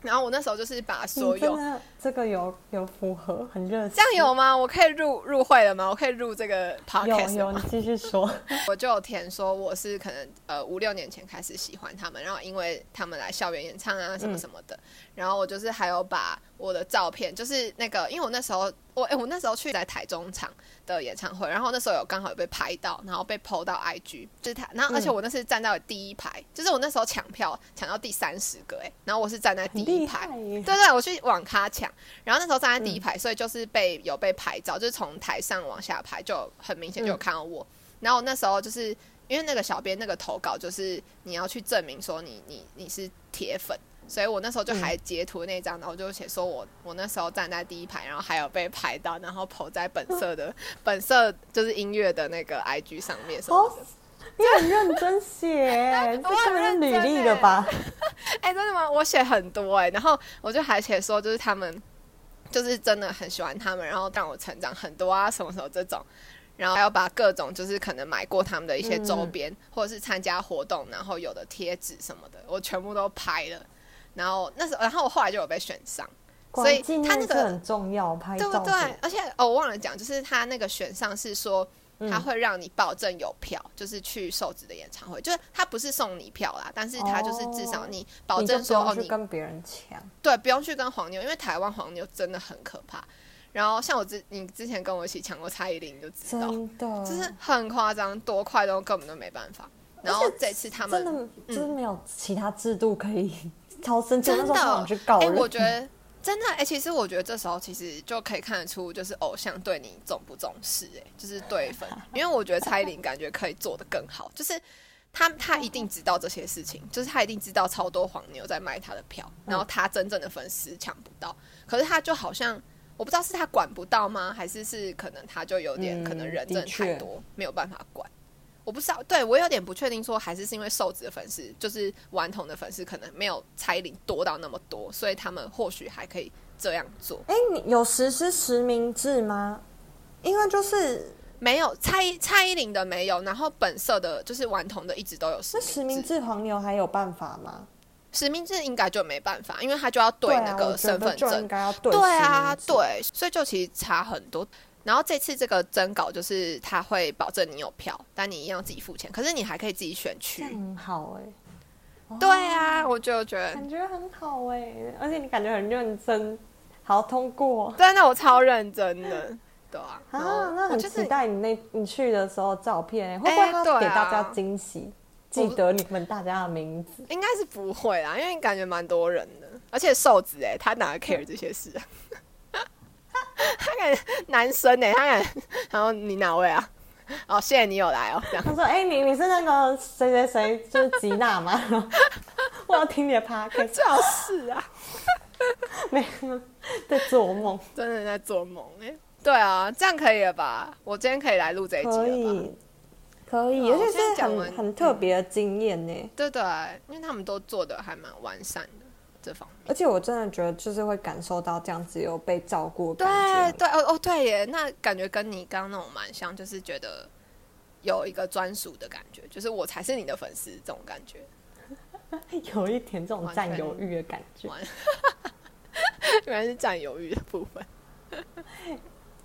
Speaker 2: 然后我那时候就是把 所
Speaker 1: 嗯你真
Speaker 2: 有
Speaker 1: 的这个有有符合，很热情
Speaker 2: 这，样有吗？我可以入入会了吗？我可以入这个 podcast
Speaker 1: 有有，
Speaker 2: 了
Speaker 1: 你
Speaker 2: 吗？
Speaker 1: 继续 说，
Speaker 2: 我就有填说我是可能呃五六年前开始喜欢他们，然后因为他们来校园演唱啊什么
Speaker 1: 嗯
Speaker 2: 什么的，然后我就是还有把我的照片，就是那个因为我那时候我哎、我那时候去在台中场的演唱会，然后那时候有刚好有被拍到，然后被 PO 到 IG，就是他，
Speaker 1: 嗯
Speaker 2: 然后而且我那是站到第一排，就是我那时候抢票抢到第三十个哎、然后我是站在第
Speaker 1: 很
Speaker 2: 一
Speaker 1: 厉
Speaker 2: 排
Speaker 1: 害。耶，
Speaker 2: 对对，我去网咖抢，然后那时候站在第一排，所以就是被有被拍照，就是从台上往下拍，就很明显就有看到我。然后那时候就是因为那个小编那个投稿，就是你要去证明说你你你是铁粉，所以我那时候就还截图那张，然后我就写说我我那时候站在第一排，然后还有被拍到，然后投在本色的、本色就是音乐的那个 IG 上面什么
Speaker 1: 哦
Speaker 2: 的。，
Speaker 1: 你很认真 写，这
Speaker 2: 我
Speaker 1: 根本是
Speaker 2: 很
Speaker 1: 履
Speaker 2: 认真欸
Speaker 1: 历
Speaker 2: 耶
Speaker 1: 了吧？
Speaker 2: 哎、真的吗？我写很多哎、然后我就还写说，就是他们就是真的很喜欢他们，然后让我成长很多啊，什么什么这种，然后还要把各种就是可能买过他们的一些周
Speaker 1: 嗯
Speaker 2: 边，或者是参加活动，然后有的贴纸什么的，我全部都拍了。然后那时候，然后我后来就有被选上，
Speaker 1: 果
Speaker 2: 所以
Speaker 1: 然纪
Speaker 2: 他
Speaker 1: 念
Speaker 2: 那
Speaker 1: 是
Speaker 2: 个
Speaker 1: 很重要，拍
Speaker 2: 对
Speaker 1: 照
Speaker 2: 不对
Speaker 1: 什么？
Speaker 2: 而且哦，我忘了讲，就是他那个选上是说。
Speaker 1: 嗯
Speaker 2: 他会让你保证有票，就是去瘦子的演唱会，就是他不是送你票啦，但是他就是至少
Speaker 1: 哦
Speaker 2: 你保
Speaker 1: 你就
Speaker 2: 证
Speaker 1: 不
Speaker 2: 说
Speaker 1: 用
Speaker 2: 哦，
Speaker 1: 去
Speaker 2: 你
Speaker 1: 跟别人抢，
Speaker 2: 对，不用去跟黄牛，因为台湾黄牛真的很可怕。然后像我之你之前跟我一起抢过蔡依林，你就知道，
Speaker 1: 真的，
Speaker 2: 就是很夸张，多快都根本都没办法。然后这次他
Speaker 1: 真
Speaker 2: 们嗯
Speaker 1: 的就是没有其他制度可以 超生气，我那时
Speaker 2: 的
Speaker 1: 候超想去，告
Speaker 2: 哎、
Speaker 1: 人，
Speaker 2: 我觉得真的，哎、其实我觉得这时候其实就可以看得出，就是偶像对你重不重视、哎，就是对粉。因为我觉得蔡依林感觉可以做得更好，就是他他一定知道这些事情，就是他一定知道超多黄牛在卖他的票，然后
Speaker 1: 嗯
Speaker 2: 他真正的粉丝抢不到，可是他就好像。我不知道是他管不到吗，还是是可能他就有
Speaker 1: 嗯
Speaker 2: 点可能人真的
Speaker 1: 的确
Speaker 2: 太多，没有办法管。我不知道，对我有点不确定，说还是是因为瘦子的粉丝，就是顽童的粉丝，可能没有蔡依林多到那么多，所以他们或许还可以这样做。
Speaker 1: 哎、你有实施实名制吗？因为就是
Speaker 2: 没有蔡依蔡依林的没有，然后本色的，就是顽童的一直都有
Speaker 1: 那
Speaker 2: 实名制。
Speaker 1: 实名制黄牛还有办法吗？
Speaker 2: 实名制应该就没办法，因为他就要对那
Speaker 1: 啊，
Speaker 2: 个
Speaker 1: 我觉
Speaker 2: 身
Speaker 1: 得
Speaker 2: 份
Speaker 1: 就应
Speaker 2: 证。
Speaker 1: 该要对
Speaker 2: 对
Speaker 1: 实
Speaker 2: 啊
Speaker 1: 名，制，
Speaker 2: 对，所以就其实差很多。然后这次这个征稿就是他会保证你有票，但你一样自己付钱，可是你还可以自己选
Speaker 1: 这
Speaker 2: 区
Speaker 1: 样。很好哎、
Speaker 2: 对啊，我就觉得
Speaker 1: 感觉很好哎、而且你感觉很认真，好通过
Speaker 2: 真的我超认真的，对啊。然后
Speaker 1: 啊，那
Speaker 2: 我
Speaker 1: 很
Speaker 2: 就是
Speaker 1: 期待你那你去的时候照片、欸，会不会他
Speaker 2: 对啊
Speaker 1: 给大家惊喜？记得你们大家的名字，
Speaker 2: 应该是不会啦，因为感觉蛮多人的，而且瘦子哎、他 哪 care 这些事啊？ 他敢男生哎、他敢，然后你哪位啊？哦，谢谢你有来哦，这样。
Speaker 1: 他说：“哎、你你是那个谁谁谁，就是吉娜吗？” 我要听你的 podcast，
Speaker 2: 最好是啊，
Speaker 1: 没有在做 梦，
Speaker 2: 真的在做梦哎、对啊，这样可以了吧？我今天可以来录这一集
Speaker 1: 可
Speaker 2: 了吧？
Speaker 1: 以，可以，
Speaker 2: 对啊
Speaker 1: 而且
Speaker 2: 我现在
Speaker 1: 是
Speaker 2: 讲完
Speaker 1: 很很特别的经验呢、
Speaker 2: 对对，因为他们都做的还蛮完善的，这方面。
Speaker 1: 而且我真的觉得就是会感受到这样子有被照顾的
Speaker 2: 对
Speaker 1: 感觉。
Speaker 2: 对哦哦对耶，那感觉跟你刚刚那种蛮像，就是觉得有一个专属的感觉，就是我才是你的粉丝这种感觉。
Speaker 1: 对，哎有一点这种
Speaker 2: 完全
Speaker 1: 占有欲的感觉。
Speaker 2: 原来是占有欲的部分。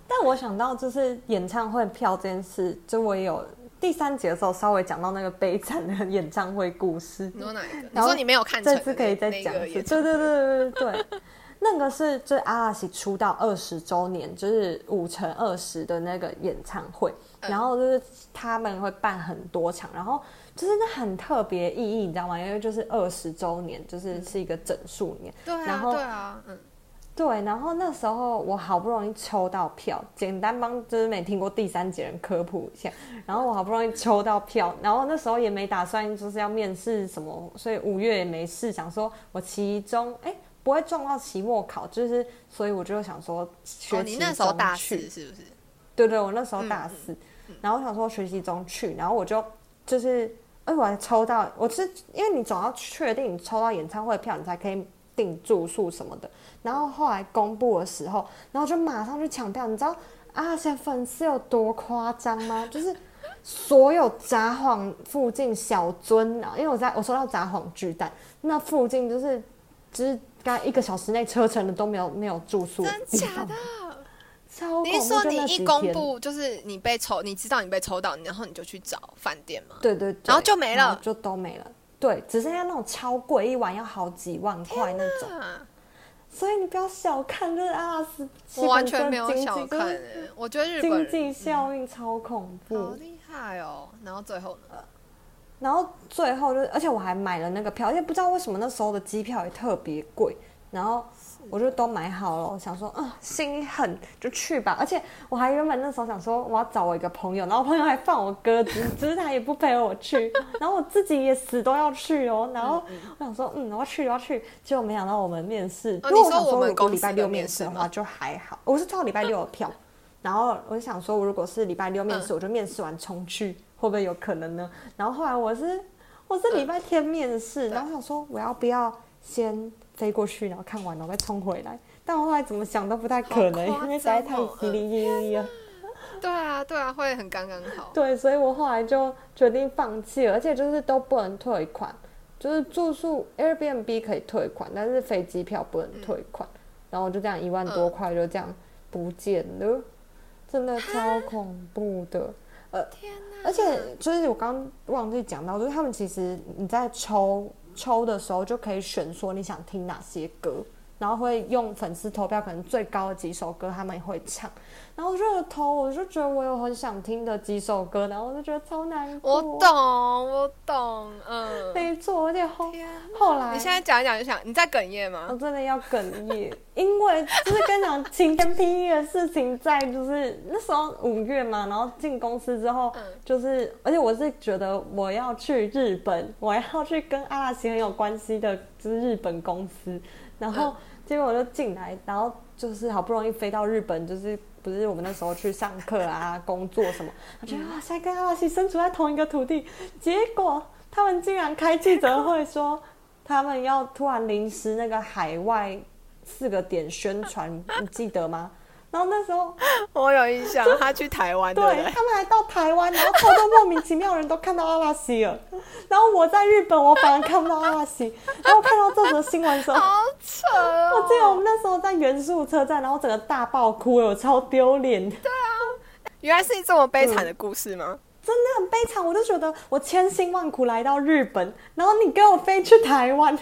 Speaker 1: 但我想到就是演唱会票这件事，就我也有第三节的时候稍微讲到那个悲惨的演唱会故事。
Speaker 2: 你说哪一个？你
Speaker 1: 然后
Speaker 2: 说你没有看成
Speaker 1: 这
Speaker 2: 的那，
Speaker 1: 次可以再讲
Speaker 2: 那
Speaker 1: 一次。对
Speaker 2: 个
Speaker 1: 对对对对对，那个是就是阿拉西出道二十周年，就是五乘二十的那个演唱会，
Speaker 2: 嗯
Speaker 1: 然后就是他们会办很多场，然后就是那很特别意义，你知道吗？因为就是二十周年，
Speaker 2: 嗯
Speaker 1: 就是是一个整数年。
Speaker 2: 对
Speaker 1: 然
Speaker 2: 啊
Speaker 1: 后
Speaker 2: 对啊，嗯，
Speaker 1: 对，然后那时候我好不容易抽到票，简单帮就是没听过第三节人科普一下。然后我好不容易抽到票，然后那时候也没打算就是要面试什么，所以五月也没事，想说我期中哎不会撞到期末考，就是所以我就想说
Speaker 2: 哦，
Speaker 1: 学
Speaker 2: 你
Speaker 1: 期
Speaker 2: 那时候
Speaker 1: 中
Speaker 2: 大
Speaker 1: 去
Speaker 2: 四，是不是？
Speaker 1: 对对，我那
Speaker 2: 嗯
Speaker 1: 时候大四，然后我想说学习中去，然后我就就是，哎，我还抽到，我是因为你总要确定你抽到演唱会票，你才可以订住宿什么的。然后后来公布的时候，然后就马上去抢票，你知道啊，现在粉丝有多夸张吗？就是。所有札幌附近小樽啊，因为我在我抽到札幌巨蛋，那附近就是，就是刚一个小时内车程的都没有没有住宿，
Speaker 2: 真假的？？
Speaker 1: 超恐怖！
Speaker 2: 你是说
Speaker 1: 就
Speaker 2: 你
Speaker 1: 那几
Speaker 2: 一公
Speaker 1: 天
Speaker 2: 布，就是你被抽，你知道你被抽到，然后你就去找饭店吗？
Speaker 1: 对对对，
Speaker 2: 然后就没了
Speaker 1: 然后就都没了。对，只剩下那种超贵，一碗要好几万块那种。
Speaker 2: 啊，
Speaker 1: 所以你不要小看啊这阿拉斯，
Speaker 2: 我完全没有小看
Speaker 1: 就是
Speaker 2: 欸我觉得日本
Speaker 1: 经济
Speaker 2: 人
Speaker 1: 效应超恐怖。
Speaker 2: 好厉害哦。然后最后呢？
Speaker 1: 然后最后就是，而且我还买了那个票，而且不知道为什么那时候的机票也特别贵，然后我就都买好了，我想说，嗯，心一狠就去吧。而且我还原本那时候想说，我要找我一个朋友，然后我朋友还放我鸽子， 只是他也不陪我去，然后我自己也死都要去哦。然后我想说，嗯，我要去，我要去。结果没想到我们面试，如果
Speaker 2: 哦你说
Speaker 1: 想
Speaker 2: 我们
Speaker 1: 如果
Speaker 2: 公
Speaker 1: 礼
Speaker 2: 司
Speaker 1: 拜
Speaker 2: 的
Speaker 1: 六
Speaker 2: 面
Speaker 1: 面试的
Speaker 2: 试
Speaker 1: 话
Speaker 2: 吗
Speaker 1: 就还好，我是抽到礼拜六的票。然后我就想说，我如果是礼拜六面试，
Speaker 2: 嗯
Speaker 1: 我就面试完冲去，会不会有可能呢？然后后来我是我是礼拜天面试，然后想说我要不要先飞过去，然后看完然后再冲回来。但我后来怎么想都不太可能，
Speaker 2: 好夸张哦
Speaker 1: 因为实在太稀里稀里了。
Speaker 2: 对啊，对啊，会很刚刚好。
Speaker 1: 对，所以我后来就决定放弃了，而且就是都不能退款，就是住宿 Airbnb 可以退款，但是飞机票不能退款。然后我就这样一万多块就这样不见了，真的超恐怖的。
Speaker 2: 天哪！
Speaker 1: 而且就是我刚忘记讲到，就是他们其实你在抽抽的时候就可以选说你想听哪些歌，然后会用粉丝投票，可能最高的几首歌他们也会唱。然后我就有投，我就觉得我有很想听的几首歌，然后我就觉得超难过。
Speaker 2: 我，懂，我懂，嗯。
Speaker 1: 没错，而且后
Speaker 2: 天哪
Speaker 1: 后来
Speaker 2: 你现在讲一讲就想，你在哽咽
Speaker 1: 我
Speaker 2: 吗？
Speaker 1: 真的要哽咽，因为就是跟你讲晴天霹雳的事情，在就是那时候五月嘛，然后进公司之后
Speaker 2: 嗯，
Speaker 1: 就是而且我是觉得我要去日本，我要去跟阿拉西很有关系的，就是日本公司，然后
Speaker 2: 嗯
Speaker 1: 结果我就进来，然后就是好不容易飞到日本，就是。不是我们那时候去上课啊、工作什么，我
Speaker 2: 嗯
Speaker 1: 觉得哇，现在跟阿拉西身处在同一个土地，结果他们竟然开记者会说，他们要突然临时那个海外四个点宣传，你记得吗？然后那时候，
Speaker 2: 我有印象，他去台湾，
Speaker 1: 对
Speaker 2: 对不对？
Speaker 1: 他们还到台湾，然后超多莫名其妙的人都看到阿拉西了，然后我在日本，我反而看不到阿拉西。然后我看到这则新闻 的时候，
Speaker 2: 好扯哦！
Speaker 1: 我记得我们那时候在元素车站，然后整个大爆哭，我超丢脸的。
Speaker 2: 原来是这么悲惨的故事吗？
Speaker 1: 真的很悲惨，我就觉得我千辛万苦来到日本，然后你给我飞去台湾，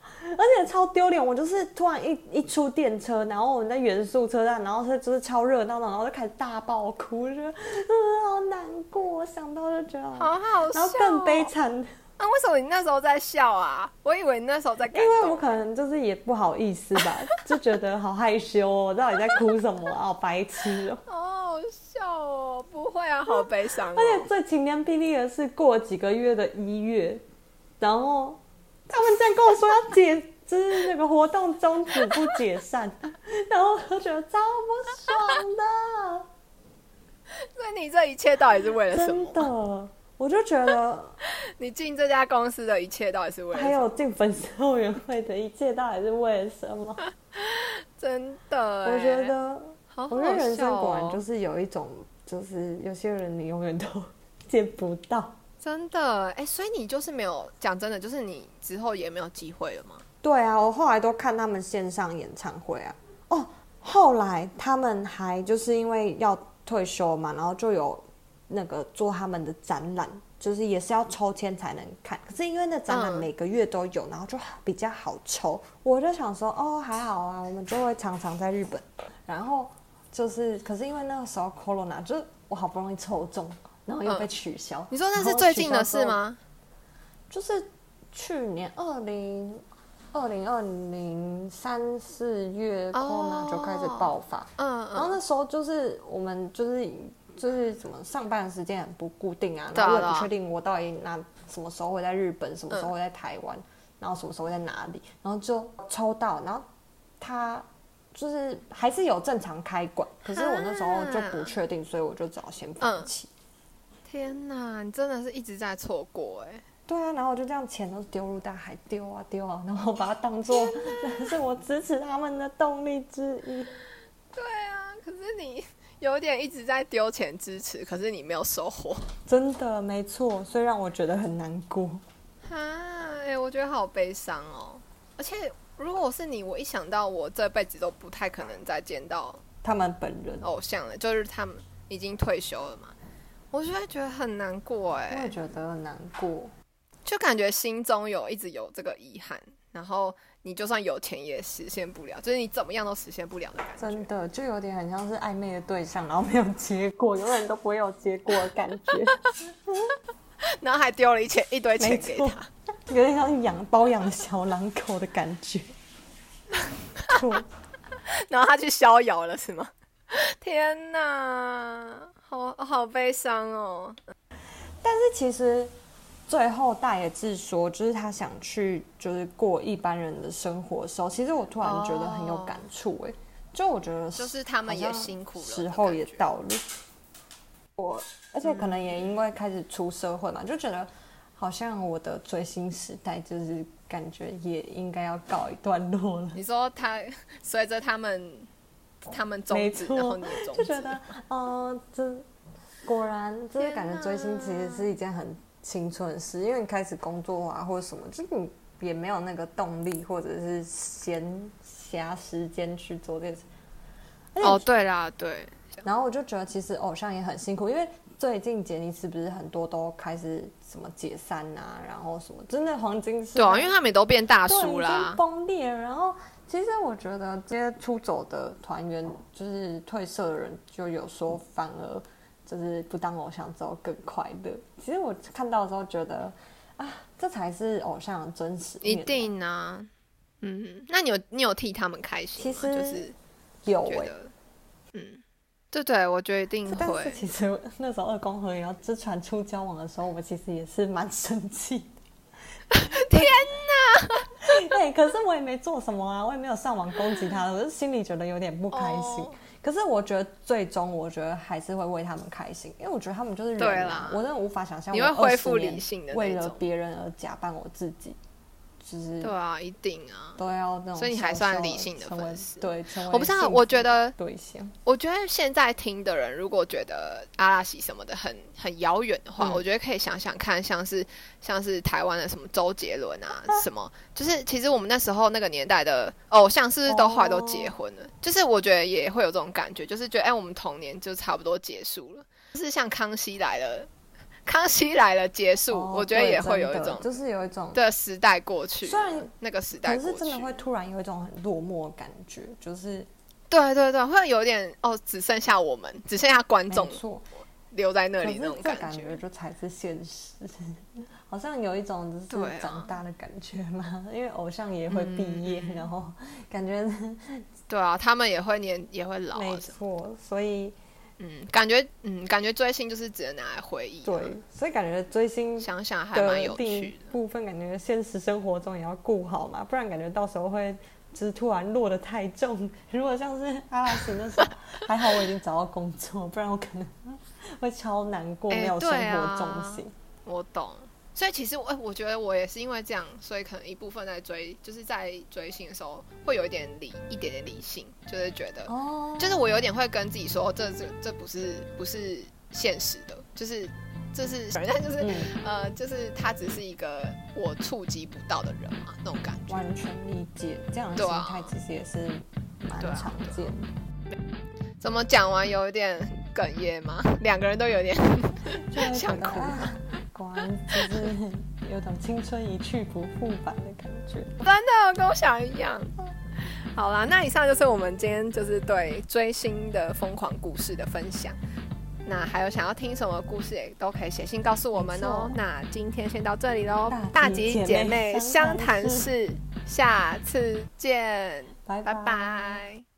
Speaker 1: 而且超丢脸。我就是突然一一出电车，然后我们在元素车站，然后是就是超热闹的，然后就开始大爆哭，我就觉得 嗯好难过，我想到就觉得
Speaker 2: 好好笑、
Speaker 1: 然
Speaker 2: 哦，
Speaker 1: 后更悲惨，因
Speaker 2: 啊！为什么你那时候在笑啊？我以为你那时候在感动，
Speaker 1: 为我可能就是也不好意思吧，就觉得好害羞哦，我到底在哭什么啊，好白痴哦。
Speaker 2: 好好笑哦！不会啊，好悲伤、 哦。
Speaker 1: 而且最晴天霹雳的是，过几个月的一月，然后他们竟然跟我说要解，就是那个活动终止不解散，然后我就觉得超不爽的，
Speaker 2: 所以你这一切到底是为了什么
Speaker 1: 真？的。我就觉得，
Speaker 2: 你进这家公司的一切到底是为了什
Speaker 1: 还
Speaker 2: 么？
Speaker 1: 有进粉丝后援会的一切到底是为了什么？
Speaker 2: 真的欸，
Speaker 1: 我觉得，
Speaker 2: 好好
Speaker 1: 我觉得人生
Speaker 2: 笑
Speaker 1: 果然
Speaker 2: 哦
Speaker 1: 就是有一种，就是有些人你永远都 见不到。
Speaker 2: 真的哎、所以你就是没有讲真的，就是你之后也没有机会了吗？
Speaker 1: 对啊，我后来都看他们线上演唱会啊。哦，后来他们还就是因为要退休嘛，然后就有那个做他们的展览，就是也是要抽签才能看。可是因为那展览
Speaker 2: 嗯
Speaker 1: 每个月都有，然后就比较好抽。我就想说，哦，还好啊，我们就会常常在日本。然后就是，可是因为那个时候 corona，就是我好不容易抽中，然后又被取消。
Speaker 2: 嗯你说那
Speaker 1: 然
Speaker 2: 是
Speaker 1: 后
Speaker 2: 最
Speaker 1: 取
Speaker 2: 近
Speaker 1: 消
Speaker 2: 的
Speaker 1: 之
Speaker 2: 事
Speaker 1: 后？
Speaker 2: 吗？
Speaker 1: 就是去年二零二零二零三四月
Speaker 2: 哦
Speaker 1: corona 就开始爆发，
Speaker 2: 嗯
Speaker 1: 然后
Speaker 2: 嗯，
Speaker 1: 那时候就是我们就是就是怎么上班的时间很不固定啊，
Speaker 2: 对
Speaker 1: 然后
Speaker 2: 啊
Speaker 1: 我也
Speaker 2: 对啊
Speaker 1: 不确定我到底哪什么时候会在日本，什么时候会在台
Speaker 2: 嗯
Speaker 1: 湾，然后什么时候会在哪里，然后就抽到，然后他。就是还是有正常开馆，可是我那时候就不确定，所以我就只好先放
Speaker 2: 嗯
Speaker 1: 弃。
Speaker 2: 天哪，你真的是一直在错过哎、
Speaker 1: 对啊，然后我就这样钱都丢入大海，丢啊丢啊，然后把它当做 是我支持他们的动力之一。
Speaker 2: 对啊，可是你有点一直在丢钱支持，可是你没有收 获
Speaker 1: 真的没错，所以让我觉得很难过。
Speaker 2: 啊！哎、我觉得好悲伤哦。而且如果我是你，我一想到我这辈子都不太可能再见到
Speaker 1: 他们本人，
Speaker 2: 偶像了，就是他们已经退休了嘛，我就会觉得很难过哎、
Speaker 1: 我也觉得很难过。
Speaker 2: 就感觉心中有一直有这个遗憾，然后你就算有钱也实现不了，就是你怎么样都实现不了的感觉。
Speaker 1: 真的就有点很像是暧昧的对象，然后没有结果，永远都不会有结果的感觉。
Speaker 2: 然后还丢了一钱一堆
Speaker 1: 没
Speaker 2: 钱给
Speaker 1: 错
Speaker 2: 他，，
Speaker 1: 有点像养包养的小狼狗的感觉。 对
Speaker 2: 然后他去逍遥了，是吗？ 天哪，好好悲伤哦。
Speaker 1: 但是其实最后大野智说，就是他想去就是过一般人的生活的时候，其实我突然觉得很有感触哎、就我觉得
Speaker 2: 就是他们也
Speaker 1: 好像
Speaker 2: 辛苦了
Speaker 1: 时
Speaker 2: 的
Speaker 1: 候
Speaker 2: 感
Speaker 1: 也
Speaker 2: 觉
Speaker 1: 到了。我而且可能也因为开始出社会嘛，就觉得好像我的追星时代就是感觉也应该要告一段落了。
Speaker 2: 你说他随着他们他们终
Speaker 1: 没
Speaker 2: 止，
Speaker 1: 错
Speaker 2: 然后你也终
Speaker 1: 就
Speaker 2: 止，
Speaker 1: 觉得，哦，这果然，就是感觉追星其实是一件很青春的事，因为你开始工作啊或者什么，就是你也没有那个动力或者是闲暇时间去做这件事。
Speaker 2: 哦，对啦，对，
Speaker 1: 然后我就觉得，其实偶像也很辛苦，因为最近杰尼斯不是很多都开始什么解散啊，然后什么，真的黄金时
Speaker 2: 对啊，
Speaker 1: 代
Speaker 2: 因为他们也都变大
Speaker 1: 对，
Speaker 2: 叔
Speaker 1: 已
Speaker 2: 啦
Speaker 1: 经，崩裂了。然后，其实我觉得这些出走的团员，就是退社的人，就有说反而就是不当偶像之后更快乐。其实我看到的时候觉得，啊，这才是偶像的真实
Speaker 2: 一
Speaker 1: 面
Speaker 2: 定啊。嗯，那你有你有替他们开心吗？
Speaker 1: 其实
Speaker 2: 就是
Speaker 1: 有
Speaker 2: 觉
Speaker 1: 哎、
Speaker 2: 得，嗯，对对，我觉得一定
Speaker 1: 但是
Speaker 2: 会。
Speaker 1: 其实那时候二宫和也要之传出交往的时候，我其实也是蛮生气 的。天 哪！对，可是我也没做什么啊，我也没有上网攻击他，我就心里觉得有点不开心。
Speaker 2: 哦
Speaker 1: 可是我觉得最终，我觉得还是会为他们开心，因为我觉得他们就是
Speaker 2: 对
Speaker 1: 人、啊
Speaker 2: 啦，
Speaker 1: 我真的无法想象
Speaker 2: 你
Speaker 1: 我
Speaker 2: 会恢
Speaker 1: 20
Speaker 2: 复理
Speaker 1: 年
Speaker 2: 性的那
Speaker 1: 为了
Speaker 2: 种
Speaker 1: 别人而假扮我自己，就是
Speaker 2: 对啊，一定啊。
Speaker 1: 都要那种小小的成为，
Speaker 2: 所以你还算理性的粉丝
Speaker 1: 对，成为
Speaker 2: 我不知道，
Speaker 1: 幸
Speaker 2: 我
Speaker 1: 福
Speaker 2: 觉得，
Speaker 1: 对象。
Speaker 2: 我觉得现在听的人，如果觉得阿拉西什么的很很遥远的话，
Speaker 1: 嗯
Speaker 2: 我觉得可以想想看，像是像是台湾的什么周杰伦啊，什么，就是其实我们那时候那个年代的偶像，是不是都后来都结婚
Speaker 1: 哦
Speaker 2: 了？就是我觉得也会有这种感觉，就是觉得哎、我们童年就差不多结束了，就是像康熙来了，康熙来了结束，
Speaker 1: 哦
Speaker 2: 我觉得
Speaker 1: 对
Speaker 2: 也会
Speaker 1: 真
Speaker 2: 有一
Speaker 1: 的
Speaker 2: 种
Speaker 1: 就是有一种
Speaker 2: 的时代过去了，
Speaker 1: 虽然
Speaker 2: 那个时代
Speaker 1: 可
Speaker 2: 过
Speaker 1: 是
Speaker 2: 去，
Speaker 1: 真的会突然有一种很落寞的感觉，就是
Speaker 2: 对对对，会有点哦，只剩下我们，只剩下观
Speaker 1: 哎没
Speaker 2: 众
Speaker 1: 错，
Speaker 2: 留在那
Speaker 1: 可
Speaker 2: 里
Speaker 1: 是
Speaker 2: 那种
Speaker 1: 这
Speaker 2: 感
Speaker 1: 感
Speaker 2: 觉。
Speaker 1: 就才是现实， 好像有一种就
Speaker 2: 对
Speaker 1: 是
Speaker 2: 啊嗯
Speaker 1: 长大的感觉嘛，因为偶像也会毕业，然后感觉
Speaker 2: 对啊，他们也会年也会老啊，
Speaker 1: 没
Speaker 2: 什么
Speaker 1: 错，所以
Speaker 2: 嗯，感觉嗯，感觉追星就是只能拿来回忆啊、
Speaker 1: 对，所以感觉追星
Speaker 2: 想想还蛮
Speaker 1: 的
Speaker 2: 有
Speaker 1: 另一
Speaker 2: 趣的。
Speaker 1: 部分，感觉现实生活中也要顾好嘛，不然感觉到时候会。就是突然落得太重，如果像是阿拉斯那时候，还好我已经找到工作，不然我可能会超难过，
Speaker 2: 哎
Speaker 1: 没有生
Speaker 2: 对啊
Speaker 1: 活重心。
Speaker 2: 我懂。所以其实我哎我觉得我也是因为这样，所以可能一部分在追，就是在追星的时候会有一点理一点点理性，就是觉得，
Speaker 1: 哦，
Speaker 2: 就是我有点会跟自己说，哦这这这不是不是现实的，就是这是反正就是、
Speaker 1: 嗯，
Speaker 2: 呃，就是他只是一个我触及不到的人嘛，那种感觉。
Speaker 1: 完全理解，这样的
Speaker 2: 对
Speaker 1: 心
Speaker 2: 啊
Speaker 1: 态其实也是蛮
Speaker 2: 对啊
Speaker 1: 常见的。
Speaker 2: 怎么讲完有一点哽咽吗？ 两个人都有点
Speaker 1: 就会觉
Speaker 2: 想
Speaker 1: 得
Speaker 2: 哭
Speaker 1: 啊，果然就是有种青春一去不复返的感觉。
Speaker 2: 真的跟我想的一样。好啦，那以上就是我们今天就是对追星的疯狂故事的分享。那还有想要听什么故事，也都可以写信告诉我们哦
Speaker 1: 没错。
Speaker 2: 那今天先到这里喽，
Speaker 1: 大吉
Speaker 2: 吉
Speaker 1: 姐
Speaker 2: 姐
Speaker 1: 妹
Speaker 2: 妹
Speaker 1: 相
Speaker 2: 相
Speaker 1: 谈
Speaker 2: 谈室，下次见，
Speaker 1: 拜
Speaker 2: 拜拜